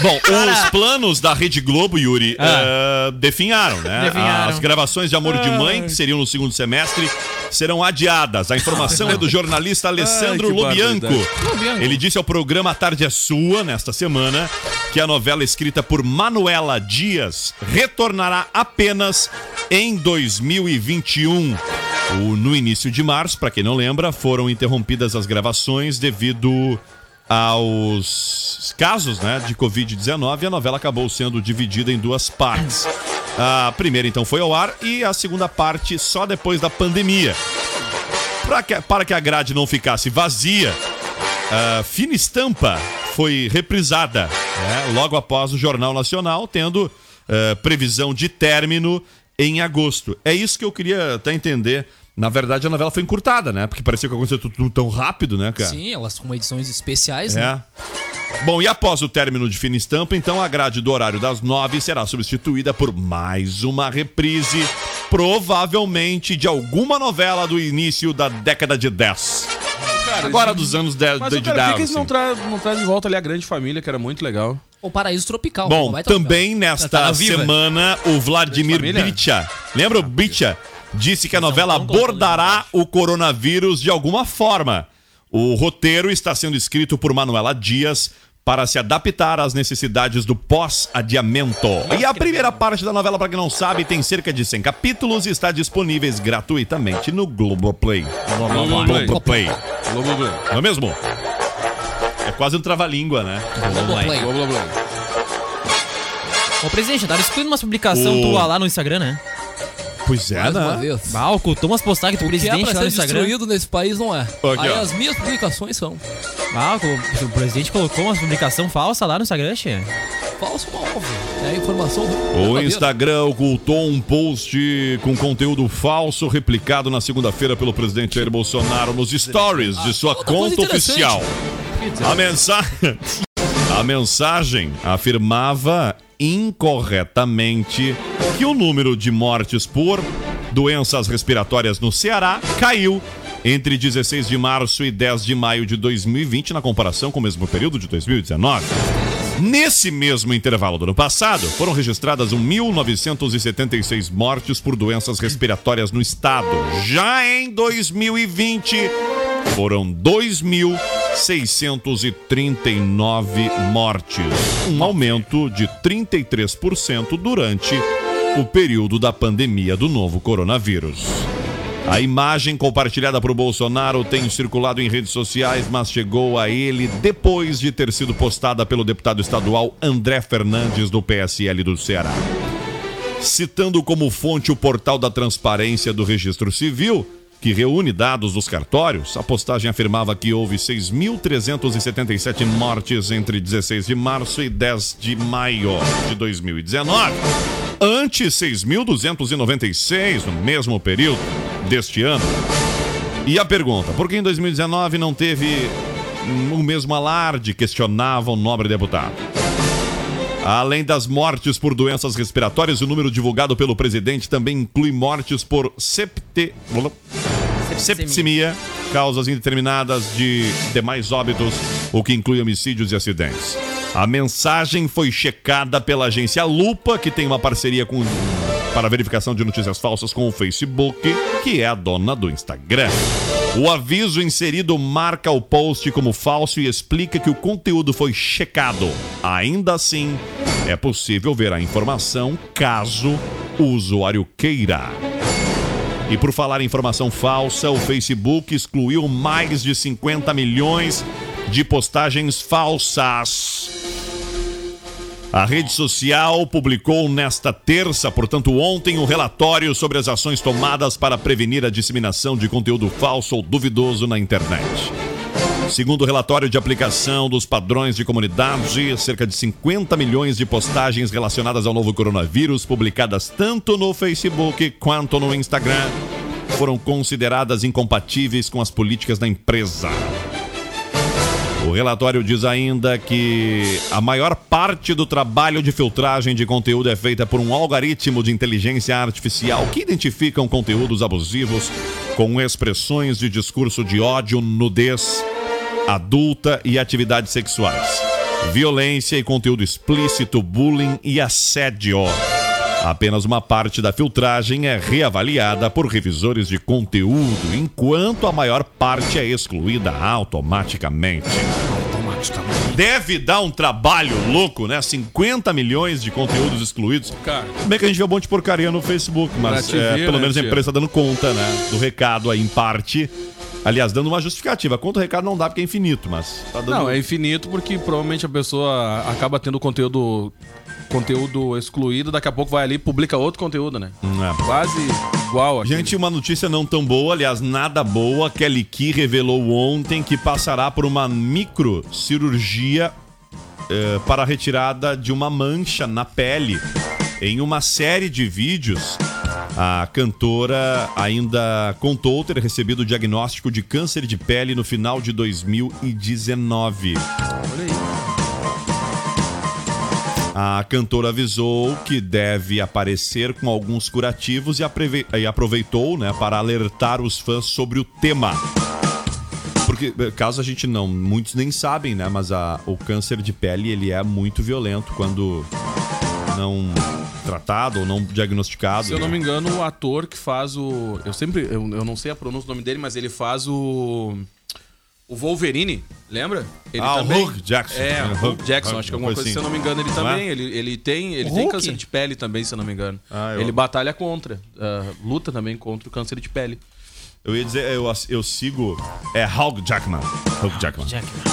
Speaker 1: Bom, os planos da Rede Globo, Yuri, eh, definharam, né?
Speaker 2: Ah. Definharam. Ah.
Speaker 1: As gravações de Amor de Mãe, que seriam no segundo semestre, serão adiadas. A informação é do jornalista Alessandro
Speaker 4: que
Speaker 1: Lobianco.
Speaker 4: barbaridade. Lobianco.
Speaker 1: Ele disse ao programa A Tarde é Sua, nesta semana, que a novela escrita por Manuela Dias retornará apenas em 2021. O- no início de março, para quem não lembra, foram interrompidas as gravações devido aos casos né, de Covid-19 e a novela acabou sendo dividida em duas partes. A primeira, então, foi ao ar e a segunda parte só depois da pandemia. Pra que- para que a grade não ficasse vazia, a Fina Estampa foi reprisada né, logo após o Jornal Nacional, tendo eh, previsão de término em agosto. É isso que eu queria até entender. Na verdade, a novela foi encurtada, né? Porque parecia que aconteceu tudo tão rápido, né, cara?
Speaker 3: Sim, elas com edições especiais, né?
Speaker 1: É. Bom, e após o término de fina estampa, então a grade do horário das nove será substituída por mais uma reprise, provavelmente de alguma novela do início da década de 10. Agora dos anos 10
Speaker 4: mas
Speaker 1: de,
Speaker 4: o
Speaker 1: de
Speaker 4: cara, por que que eles
Speaker 1: assim.
Speaker 4: não trazem não traz de volta ali a grande família, que era muito legal?
Speaker 3: O Paraíso Tropical.
Speaker 1: Bom,
Speaker 3: vai tocar.
Speaker 1: também
Speaker 2: Tá
Speaker 1: nesta
Speaker 2: na Viva.
Speaker 1: semana, o Vladimir
Speaker 4: Família?
Speaker 1: Bicha, lembra o
Speaker 3: Tá,
Speaker 1: Bicha? Disse que a novela
Speaker 3: né,
Speaker 1: abordará o coronavírus de alguma forma. O roteiro está sendo escrito por Manuela Dias para se adaptar às necessidades do pós-adiamento. E a primeira parte da novela, para quem não sabe, tem cerca de 100 capítulos e está disponíveis gratuitamente no Globoplay.
Speaker 4: Globoplay.
Speaker 1: Globoplay.
Speaker 4: Globo Blanc.
Speaker 1: Não é mesmo? É quase um trava-língua, né?
Speaker 3: Globoplay.
Speaker 4: Globo Blanc.
Speaker 2: Ô, presidente, tava excluindo umas publicações
Speaker 1: O-
Speaker 2: tua lá no Instagram, né?
Speaker 1: Pois é,
Speaker 3: Mais uma
Speaker 1: né?
Speaker 3: vez.
Speaker 2: Ah, ocultou umas postagens do
Speaker 3: O que é
Speaker 2: presidente
Speaker 3: pra
Speaker 2: lá no
Speaker 3: ser
Speaker 2: Instagram.
Speaker 3: destruído nesse país não é. Aí
Speaker 1: ó.
Speaker 3: as minhas publicações são.
Speaker 2: Ah, o, o presidente colocou umas publicação falsa lá no Instagram, che.
Speaker 3: Falso mal, óbvio. É a informação.
Speaker 1: O
Speaker 3: verdadeira.
Speaker 1: Instagram ocultou um post com conteúdo falso replicado na segunda-feira pelo presidente Jair Bolsonaro nos stories de sua
Speaker 3: outra coisa
Speaker 1: conta oficial. A mensagem. A mensagem afirmava incorretamente que o número de mortes por doenças respiratórias no Ceará caiu entre 16 de março e 10 de maio de 2020 na comparação com o mesmo período de 2019. Nesse mesmo intervalo do ano passado, foram registradas 1.976 mortes por doenças respiratórias no estado. Já em 2020, foram 2.639 mortes, um aumento de 33% durante o período da pandemia do novo coronavírus. A imagem compartilhada por Bolsonaro tem circulado em redes sociais, mas chegou a ele depois de ter sido postada pelo deputado estadual André Fernandes, do PSL do Ceará citando como fonte o portal da transparência do Registro Civil, que reúne dados dos cartórios, a postagem afirmava que houve 6.377 mortes entre 16 de março e 10 de maio de 2019, ante 6.296 no mesmo período deste ano. E a pergunta, por que em 2019 não teve hum, o mesmo alarde, questionava o nobre deputado. Além das mortes por doenças respiratórias, o número divulgado pelo presidente também inclui mortes por septe... septicemia, É causas indeterminadas de demais óbitos, o que inclui homicídios e acidentes. A mensagem foi checada pela agência Lupa, que tem uma parceria com para verificação de notícias falsas com o Facebook, que é a dona do Instagram. O aviso inserido marca o post como falso e explica que o conteúdo foi checado. Ainda assim, é possível ver a informação caso o usuário queira. E por falar em informação falsa, o Facebook excluiu mais de 50 milhões de postagens falsas. A rede social publicou nesta terça, portanto ontem, um relatório sobre as ações tomadas para prevenir a disseminação de conteúdo falso ou duvidoso na internet. Segundo o relatório de aplicação dos padrões de comunidade, cerca de 50 milhões de postagens relacionadas ao novo coronavírus, publicadas tanto no Facebook quanto no Instagram, foram consideradas incompatíveis com as políticas da empresa. O relatório diz ainda que a maior parte do trabalho de filtragem de conteúdo é feita por um algoritmo de inteligência artificial que identificam conteúdos abusivos com expressões de discurso de ódio, nudez adulta e atividades sexuais, violência e conteúdo explícito, bullying e assédio. Apenas uma parte da filtragem é reavaliada por revisores de conteúdo, enquanto a maior parte é excluída automaticamente. Deve dar um trabalho louco, né? 50 milhões de conteúdos excluídos.
Speaker 4: Cara.
Speaker 1: Tudo Bem que a gente vê um monte de porcaria no Facebook, mas
Speaker 4: Pra te
Speaker 1: é,
Speaker 4: ver,
Speaker 1: pelo
Speaker 4: né,
Speaker 1: menos a
Speaker 4: tia?
Speaker 1: empresa tá dando conta, né? Do recado aí, em parte. Aliás, dando uma justificativa. Conta o recado não dá porque é infinito, mas tá dando.
Speaker 4: Não, é infinito porque provavelmente a pessoa acaba tendo conteúdo conteúdo excluído, daqui a pouco vai ali e publica outro conteúdo, né?
Speaker 1: É.
Speaker 4: Quase igual aqui.
Speaker 1: Gente, uma notícia não tão boa, aliás, nada boa. Kelly Key revelou ontem que passará por uma microcirurgia eh, para a retirada de uma mancha na pele. Em uma série de vídeos, a cantora ainda contou ter recebido o diagnóstico de câncer de pele no final de 2019. A cantora avisou que deve aparecer com alguns curativos e, apreve- e aproveitou né, para alertar os fãs sobre o tema. Porque, eh, caso a gente não, muitos nem sabem, né? Mas a- o câncer de pele ele é muito violento quando não tratado ou não diagnosticado.
Speaker 4: Se eu não
Speaker 1: né?
Speaker 4: me engano, o ator que faz o. Eu sempre. Eu, eu não sei a pronúncia do nome dele, mas ele faz o. O Wolverine, lembra? Ele
Speaker 1: Ah, o Hugh Jackson.
Speaker 4: É,
Speaker 1: É,
Speaker 4: o
Speaker 1: Hugh-
Speaker 4: Hugh Jackson,
Speaker 1: Hugh,
Speaker 4: acho que alguma
Speaker 1: coisa
Speaker 4: coisa, se eu
Speaker 1: assim.
Speaker 4: não me engano, ele
Speaker 1: Não
Speaker 4: também.
Speaker 1: é?
Speaker 4: Ele, ele tem, ele tem câncer de pele também, se eu não me engano.
Speaker 1: Ah, eu-
Speaker 4: Ele batalha contra. ah, luta também contra o câncer de pele.
Speaker 1: Eu ia dizer, eu, ass- eu sigo. É Hulk Jackman. Hulk Jackman.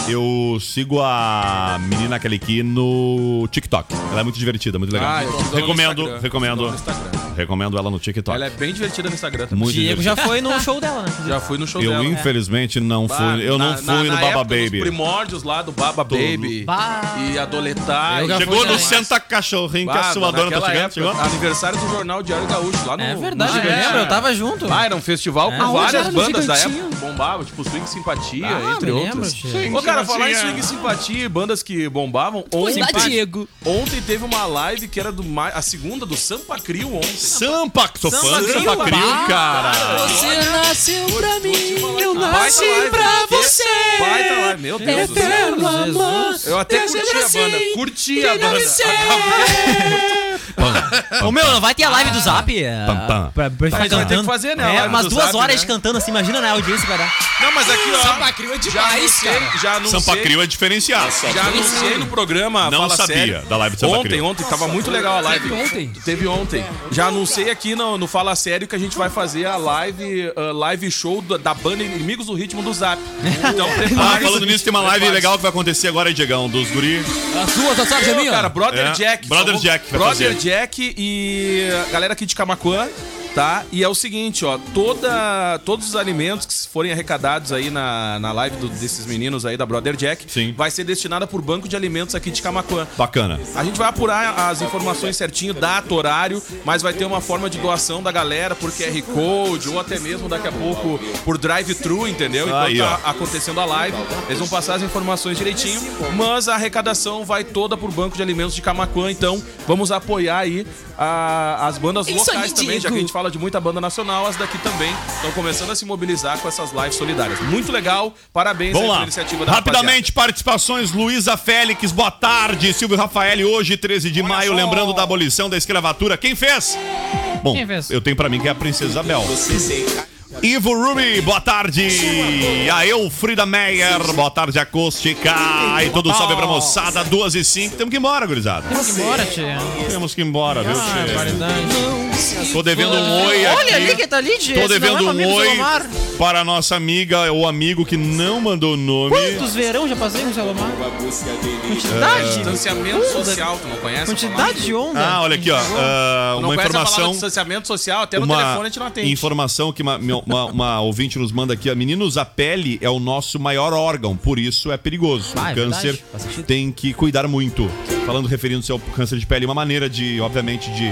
Speaker 1: Eu sigo a menina Kelly Key no TikTok. Ela é muito divertida, muito legal.
Speaker 4: Ah, eu sigo ela no
Speaker 1: recomendo,
Speaker 4: Instagram.
Speaker 1: recomendo.
Speaker 4: Sigo ela no Instagram.
Speaker 1: Recomendo ela no TikTok.
Speaker 4: Ela é bem divertida no Instagram também.
Speaker 1: Muito
Speaker 2: Diego já
Speaker 1: divertida.
Speaker 2: foi no show dela, né?
Speaker 4: Já fui no show
Speaker 1: Eu,
Speaker 4: dela. né?
Speaker 1: infelizmente, não fui. Eu não
Speaker 4: Na-
Speaker 1: fui
Speaker 4: na-
Speaker 1: no
Speaker 4: na
Speaker 1: Baba
Speaker 4: época dos
Speaker 1: Baby.
Speaker 4: primórdios lá do Baba Baby
Speaker 2: Bah.
Speaker 4: e Adoletar.
Speaker 3: Eu já
Speaker 1: Chegou
Speaker 3: fui
Speaker 1: no
Speaker 3: também.
Speaker 1: Senta Cachorrinho, que a
Speaker 4: Bah,
Speaker 1: sua dona tá
Speaker 4: Ah, naquela
Speaker 1: chegando.
Speaker 4: época,
Speaker 1: Chegou?
Speaker 4: Aniversário do Jornal Diário Gaúcho, lá no
Speaker 2: É verdade,
Speaker 4: no
Speaker 2: eu lembro, eu tava junto.
Speaker 4: Ah, era um festival com
Speaker 2: Aonde
Speaker 4: várias
Speaker 5: era no
Speaker 4: bandas da
Speaker 5: Gigantinho?
Speaker 4: época que bombavam, tipo Swing Simpatia,
Speaker 2: Ah,
Speaker 4: entre
Speaker 2: me
Speaker 4: outras.
Speaker 2: lembro, gente.
Speaker 4: Ô, cara, falar em Swing Simpatia e bandas que bombavam, ontem,
Speaker 3: Simpatia. Diego.
Speaker 4: ontem teve uma live que era do ma- a segunda do Sampa Crio
Speaker 1: Assim
Speaker 4: ontem.
Speaker 1: Sampa, que tô fã do Sampa Crio, cara.
Speaker 3: Você nasceu pra mim, eu nasci
Speaker 4: Baita live,
Speaker 3: pra
Speaker 4: né?
Speaker 3: você.
Speaker 4: Vai tá lá, meu Deus do céu.
Speaker 3: Eterno amor.
Speaker 4: Eu até
Speaker 3: Deus é
Speaker 4: curti a
Speaker 3: assim,
Speaker 4: banda, curti a banda.
Speaker 2: Ô meu, não vai ter a live do Zap?
Speaker 1: Pam, pam.
Speaker 2: Pra, pra ficar
Speaker 4: vai ter
Speaker 2: cantando.
Speaker 4: que fazer, né, a
Speaker 2: É,
Speaker 4: live
Speaker 2: umas
Speaker 4: do
Speaker 2: duas
Speaker 4: Zap,
Speaker 2: horas
Speaker 4: né?
Speaker 2: cantando assim, imagina, né? A audiência vai dar.
Speaker 4: Não, mas aqui, ó.
Speaker 3: Sampa Crio é demais,
Speaker 4: anunciei-
Speaker 3: cara.
Speaker 4: Já anunciei,
Speaker 1: Sampa Crio é diferenciado.
Speaker 4: já anunciei no programa.
Speaker 1: Não
Speaker 4: Fala
Speaker 1: sabia
Speaker 4: Sério.
Speaker 1: da live do Sampa
Speaker 4: Ontem,
Speaker 1: Crio.
Speaker 4: ontem, tava muito legal a live.
Speaker 3: Teve ontem?
Speaker 4: Teve ontem. Já anunciei aqui no, no Fala Sério que a gente vai fazer a live, ah, live show da, da banda Inimigos do Ritmo do Zap. Então,
Speaker 1: Ah,
Speaker 4: prepare
Speaker 1: falando nisso, tem uma live legal que vai acontecer agora, Diegão, dos guri.
Speaker 3: As duas,
Speaker 2: tá
Speaker 3: a tarde é minha.
Speaker 4: Cara, Brother
Speaker 1: É,
Speaker 4: Jack.
Speaker 1: Brother
Speaker 4: Só-
Speaker 1: Jack vai
Speaker 4: Brother
Speaker 1: fazer.
Speaker 4: Jack e a galera aqui de Camacuã, tá? E é o seguinte, ó. Toda, todos os alimentos que forem arrecadados aí na, na live do- desses meninos aí da Brother Jack
Speaker 1: Sim.
Speaker 4: vai ser destinada por banco de alimentos aqui de Camacuã.
Speaker 1: Bacana.
Speaker 4: A gente vai apurar as informações certinho, data, horário, mas vai ter uma forma de doação da galera por QR Code ou até mesmo daqui a pouco por drive-thru, entendeu? Enquanto
Speaker 1: Aí, ó.
Speaker 4: tá acontecendo a live, eles vão passar as informações direitinho, mas a arrecadação vai toda pro Banco de Alimentos de Camacuã, então vamos apoiar aí a- as bandas
Speaker 3: Isso
Speaker 4: locais
Speaker 3: aí,
Speaker 4: também,
Speaker 3: Diego.
Speaker 4: já que a gente fala de muita banda nacional, as daqui também estão começando a se mobilizar com essas lives solidárias. Muito legal, parabéns
Speaker 1: Vamos
Speaker 4: aí
Speaker 1: lá.
Speaker 4: iniciativa da rapaziada.
Speaker 1: Rapidamente, participações. Luísa Félix, boa tarde. Silvio Rafael, hoje, 13 de maio, lembrando da abolição da escravatura. Quem fez? Bom,
Speaker 2: Quem fez?
Speaker 1: eu tenho pra mim que é a Princesa Isabel. Ivo Ruby, boa tarde. A Elfrida Meyer, boa tarde, acústica. E todo um salve pra moçada, 2 e 5. Temos que ir embora, gurizada. Ah,
Speaker 2: Vamos embora, tia.
Speaker 1: Temos que ir embora, viu, Tchê?
Speaker 2: Verdade.
Speaker 1: Tô devendo um oi aqui.
Speaker 2: Olha ali quem tá ali, gente.
Speaker 1: Tô devendo
Speaker 2: não é
Speaker 1: um
Speaker 2: amigo do
Speaker 1: oi
Speaker 2: Lomar.
Speaker 1: para a nossa amiga ou amigo que não mandou o nome.
Speaker 2: Quantos verão já passei com o Salomar? Quantidade?
Speaker 4: Distanciamento social, tu não conhece? a palavra?
Speaker 2: Quantidade de onda.
Speaker 1: É. Ah, olha aqui, ó. ah,
Speaker 4: Não
Speaker 1: uma
Speaker 4: conhece a palavra
Speaker 1: informação.
Speaker 4: distanciamento social, até no um telefone a gente não
Speaker 1: Uma
Speaker 4: atende.
Speaker 1: informação que uma, uma- uma ouvinte nos manda aqui. ó. Meninos, a pele é o nosso maior órgão, por isso é perigoso.
Speaker 2: Ah,
Speaker 1: o
Speaker 2: é
Speaker 1: câncer
Speaker 2: verdade, faz sentido.
Speaker 1: tem que cuidar muito. Falando, referindo-se ao câncer de pele, uma maneira de, obviamente, de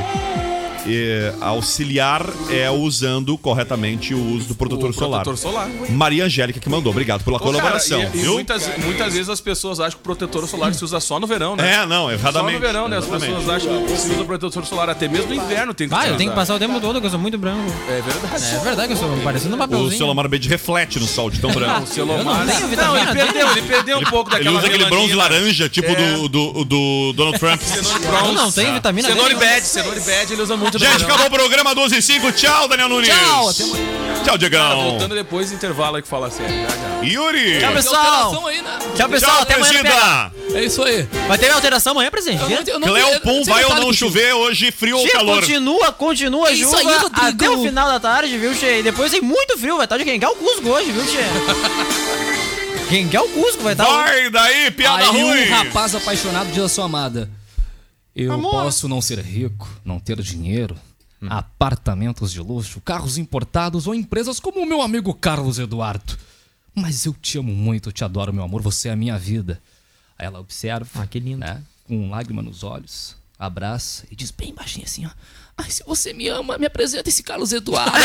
Speaker 1: eh, auxiliar é usando corretamente o uso do protetor
Speaker 4: O
Speaker 1: solar.
Speaker 4: protetor solar.
Speaker 1: Maria Angélica que mandou. Obrigado pela
Speaker 4: Ô, cara,
Speaker 1: colaboração.
Speaker 4: e- e
Speaker 1: viu?
Speaker 4: muitas, muitas vezes as pessoas acham que o protetor solar se usa só no verão, né?
Speaker 1: É, não,
Speaker 4: Só
Speaker 1: erradamente.
Speaker 4: no verão, né? As
Speaker 1: Exatamente.
Speaker 4: pessoas acham que se usa protetor solar até mesmo no inverno tem que
Speaker 2: Ah, eu
Speaker 4: usar.
Speaker 2: tenho que passar o tempo todo, que eu sou muito branco.
Speaker 4: É verdade.
Speaker 2: É verdade que eu sou parecendo um
Speaker 1: O
Speaker 2: papelzinho.
Speaker 1: Solomar Bede reflete no sol de tão branco.
Speaker 4: O Selomar-
Speaker 2: Eu não tenho
Speaker 4: né? Não,
Speaker 2: vitamina
Speaker 4: ele
Speaker 2: D.
Speaker 4: perdeu, ele perdeu um pouco
Speaker 1: Ele
Speaker 4: daquela
Speaker 1: usa aquele bronze
Speaker 4: melanina.
Speaker 1: laranja, tipo
Speaker 4: É.
Speaker 1: do, do, do Donald Trump.
Speaker 2: Eu Ah, não tenho vitamina D.
Speaker 4: Cenoura e
Speaker 2: não.
Speaker 4: bad, cenoura e bad, ele usa muito no
Speaker 1: Gente,
Speaker 4: verão.
Speaker 1: acabou o programa 12 e 5. Tchau, Daniel Nunes.
Speaker 3: Tchau, até amanhã.
Speaker 1: Tchau,
Speaker 4: Cara,
Speaker 1: Diegão.
Speaker 4: Tá voltando depois do intervalo aí que fala sério. né, cara?
Speaker 1: Yuri.
Speaker 2: Tchau,
Speaker 3: Tem alteração
Speaker 2: pessoal.
Speaker 3: aí, né?
Speaker 2: Tchau, pessoal.
Speaker 1: Tchau,
Speaker 2: Até amanhã. PH.
Speaker 1: torcida.
Speaker 3: É isso aí.
Speaker 2: Vai ter alteração amanhã, presidente?
Speaker 3: Eu não- eu não- eu
Speaker 1: Cleo
Speaker 3: não
Speaker 1: Pum,
Speaker 3: sei
Speaker 1: vai ou
Speaker 3: detalhe
Speaker 1: não
Speaker 3: do time.
Speaker 1: chover hoje, frio ou
Speaker 2: Che,
Speaker 1: calor?
Speaker 2: continua, continua,
Speaker 3: É isso
Speaker 2: Juba,
Speaker 3: aí, Rodrigo.
Speaker 2: até o final da tarde, viu, Che? E depois tem muito frio, vai estar de Gengar o Cusco hoje, viu, Che? Gengar o Cusco vai estar...
Speaker 1: Vai daí, piada
Speaker 3: Aí
Speaker 1: ruim.
Speaker 3: um rapaz apaixonado de sua amada. Eu posso não ser rico, não ter dinheiro,
Speaker 2: Uhum.
Speaker 3: apartamentos de luxo, carros importados ou empresas como o meu amigo Carlos Eduardo. Mas eu te amo muito, eu te adoro, meu amor, você é a minha vida. Aí ela observa,
Speaker 2: Ah, que lindo.
Speaker 3: né, com lágrima nos olhos, abraça e diz bem é baixinho assim, ó. Ai, se você me ama, me apresenta esse Carlos Eduardo.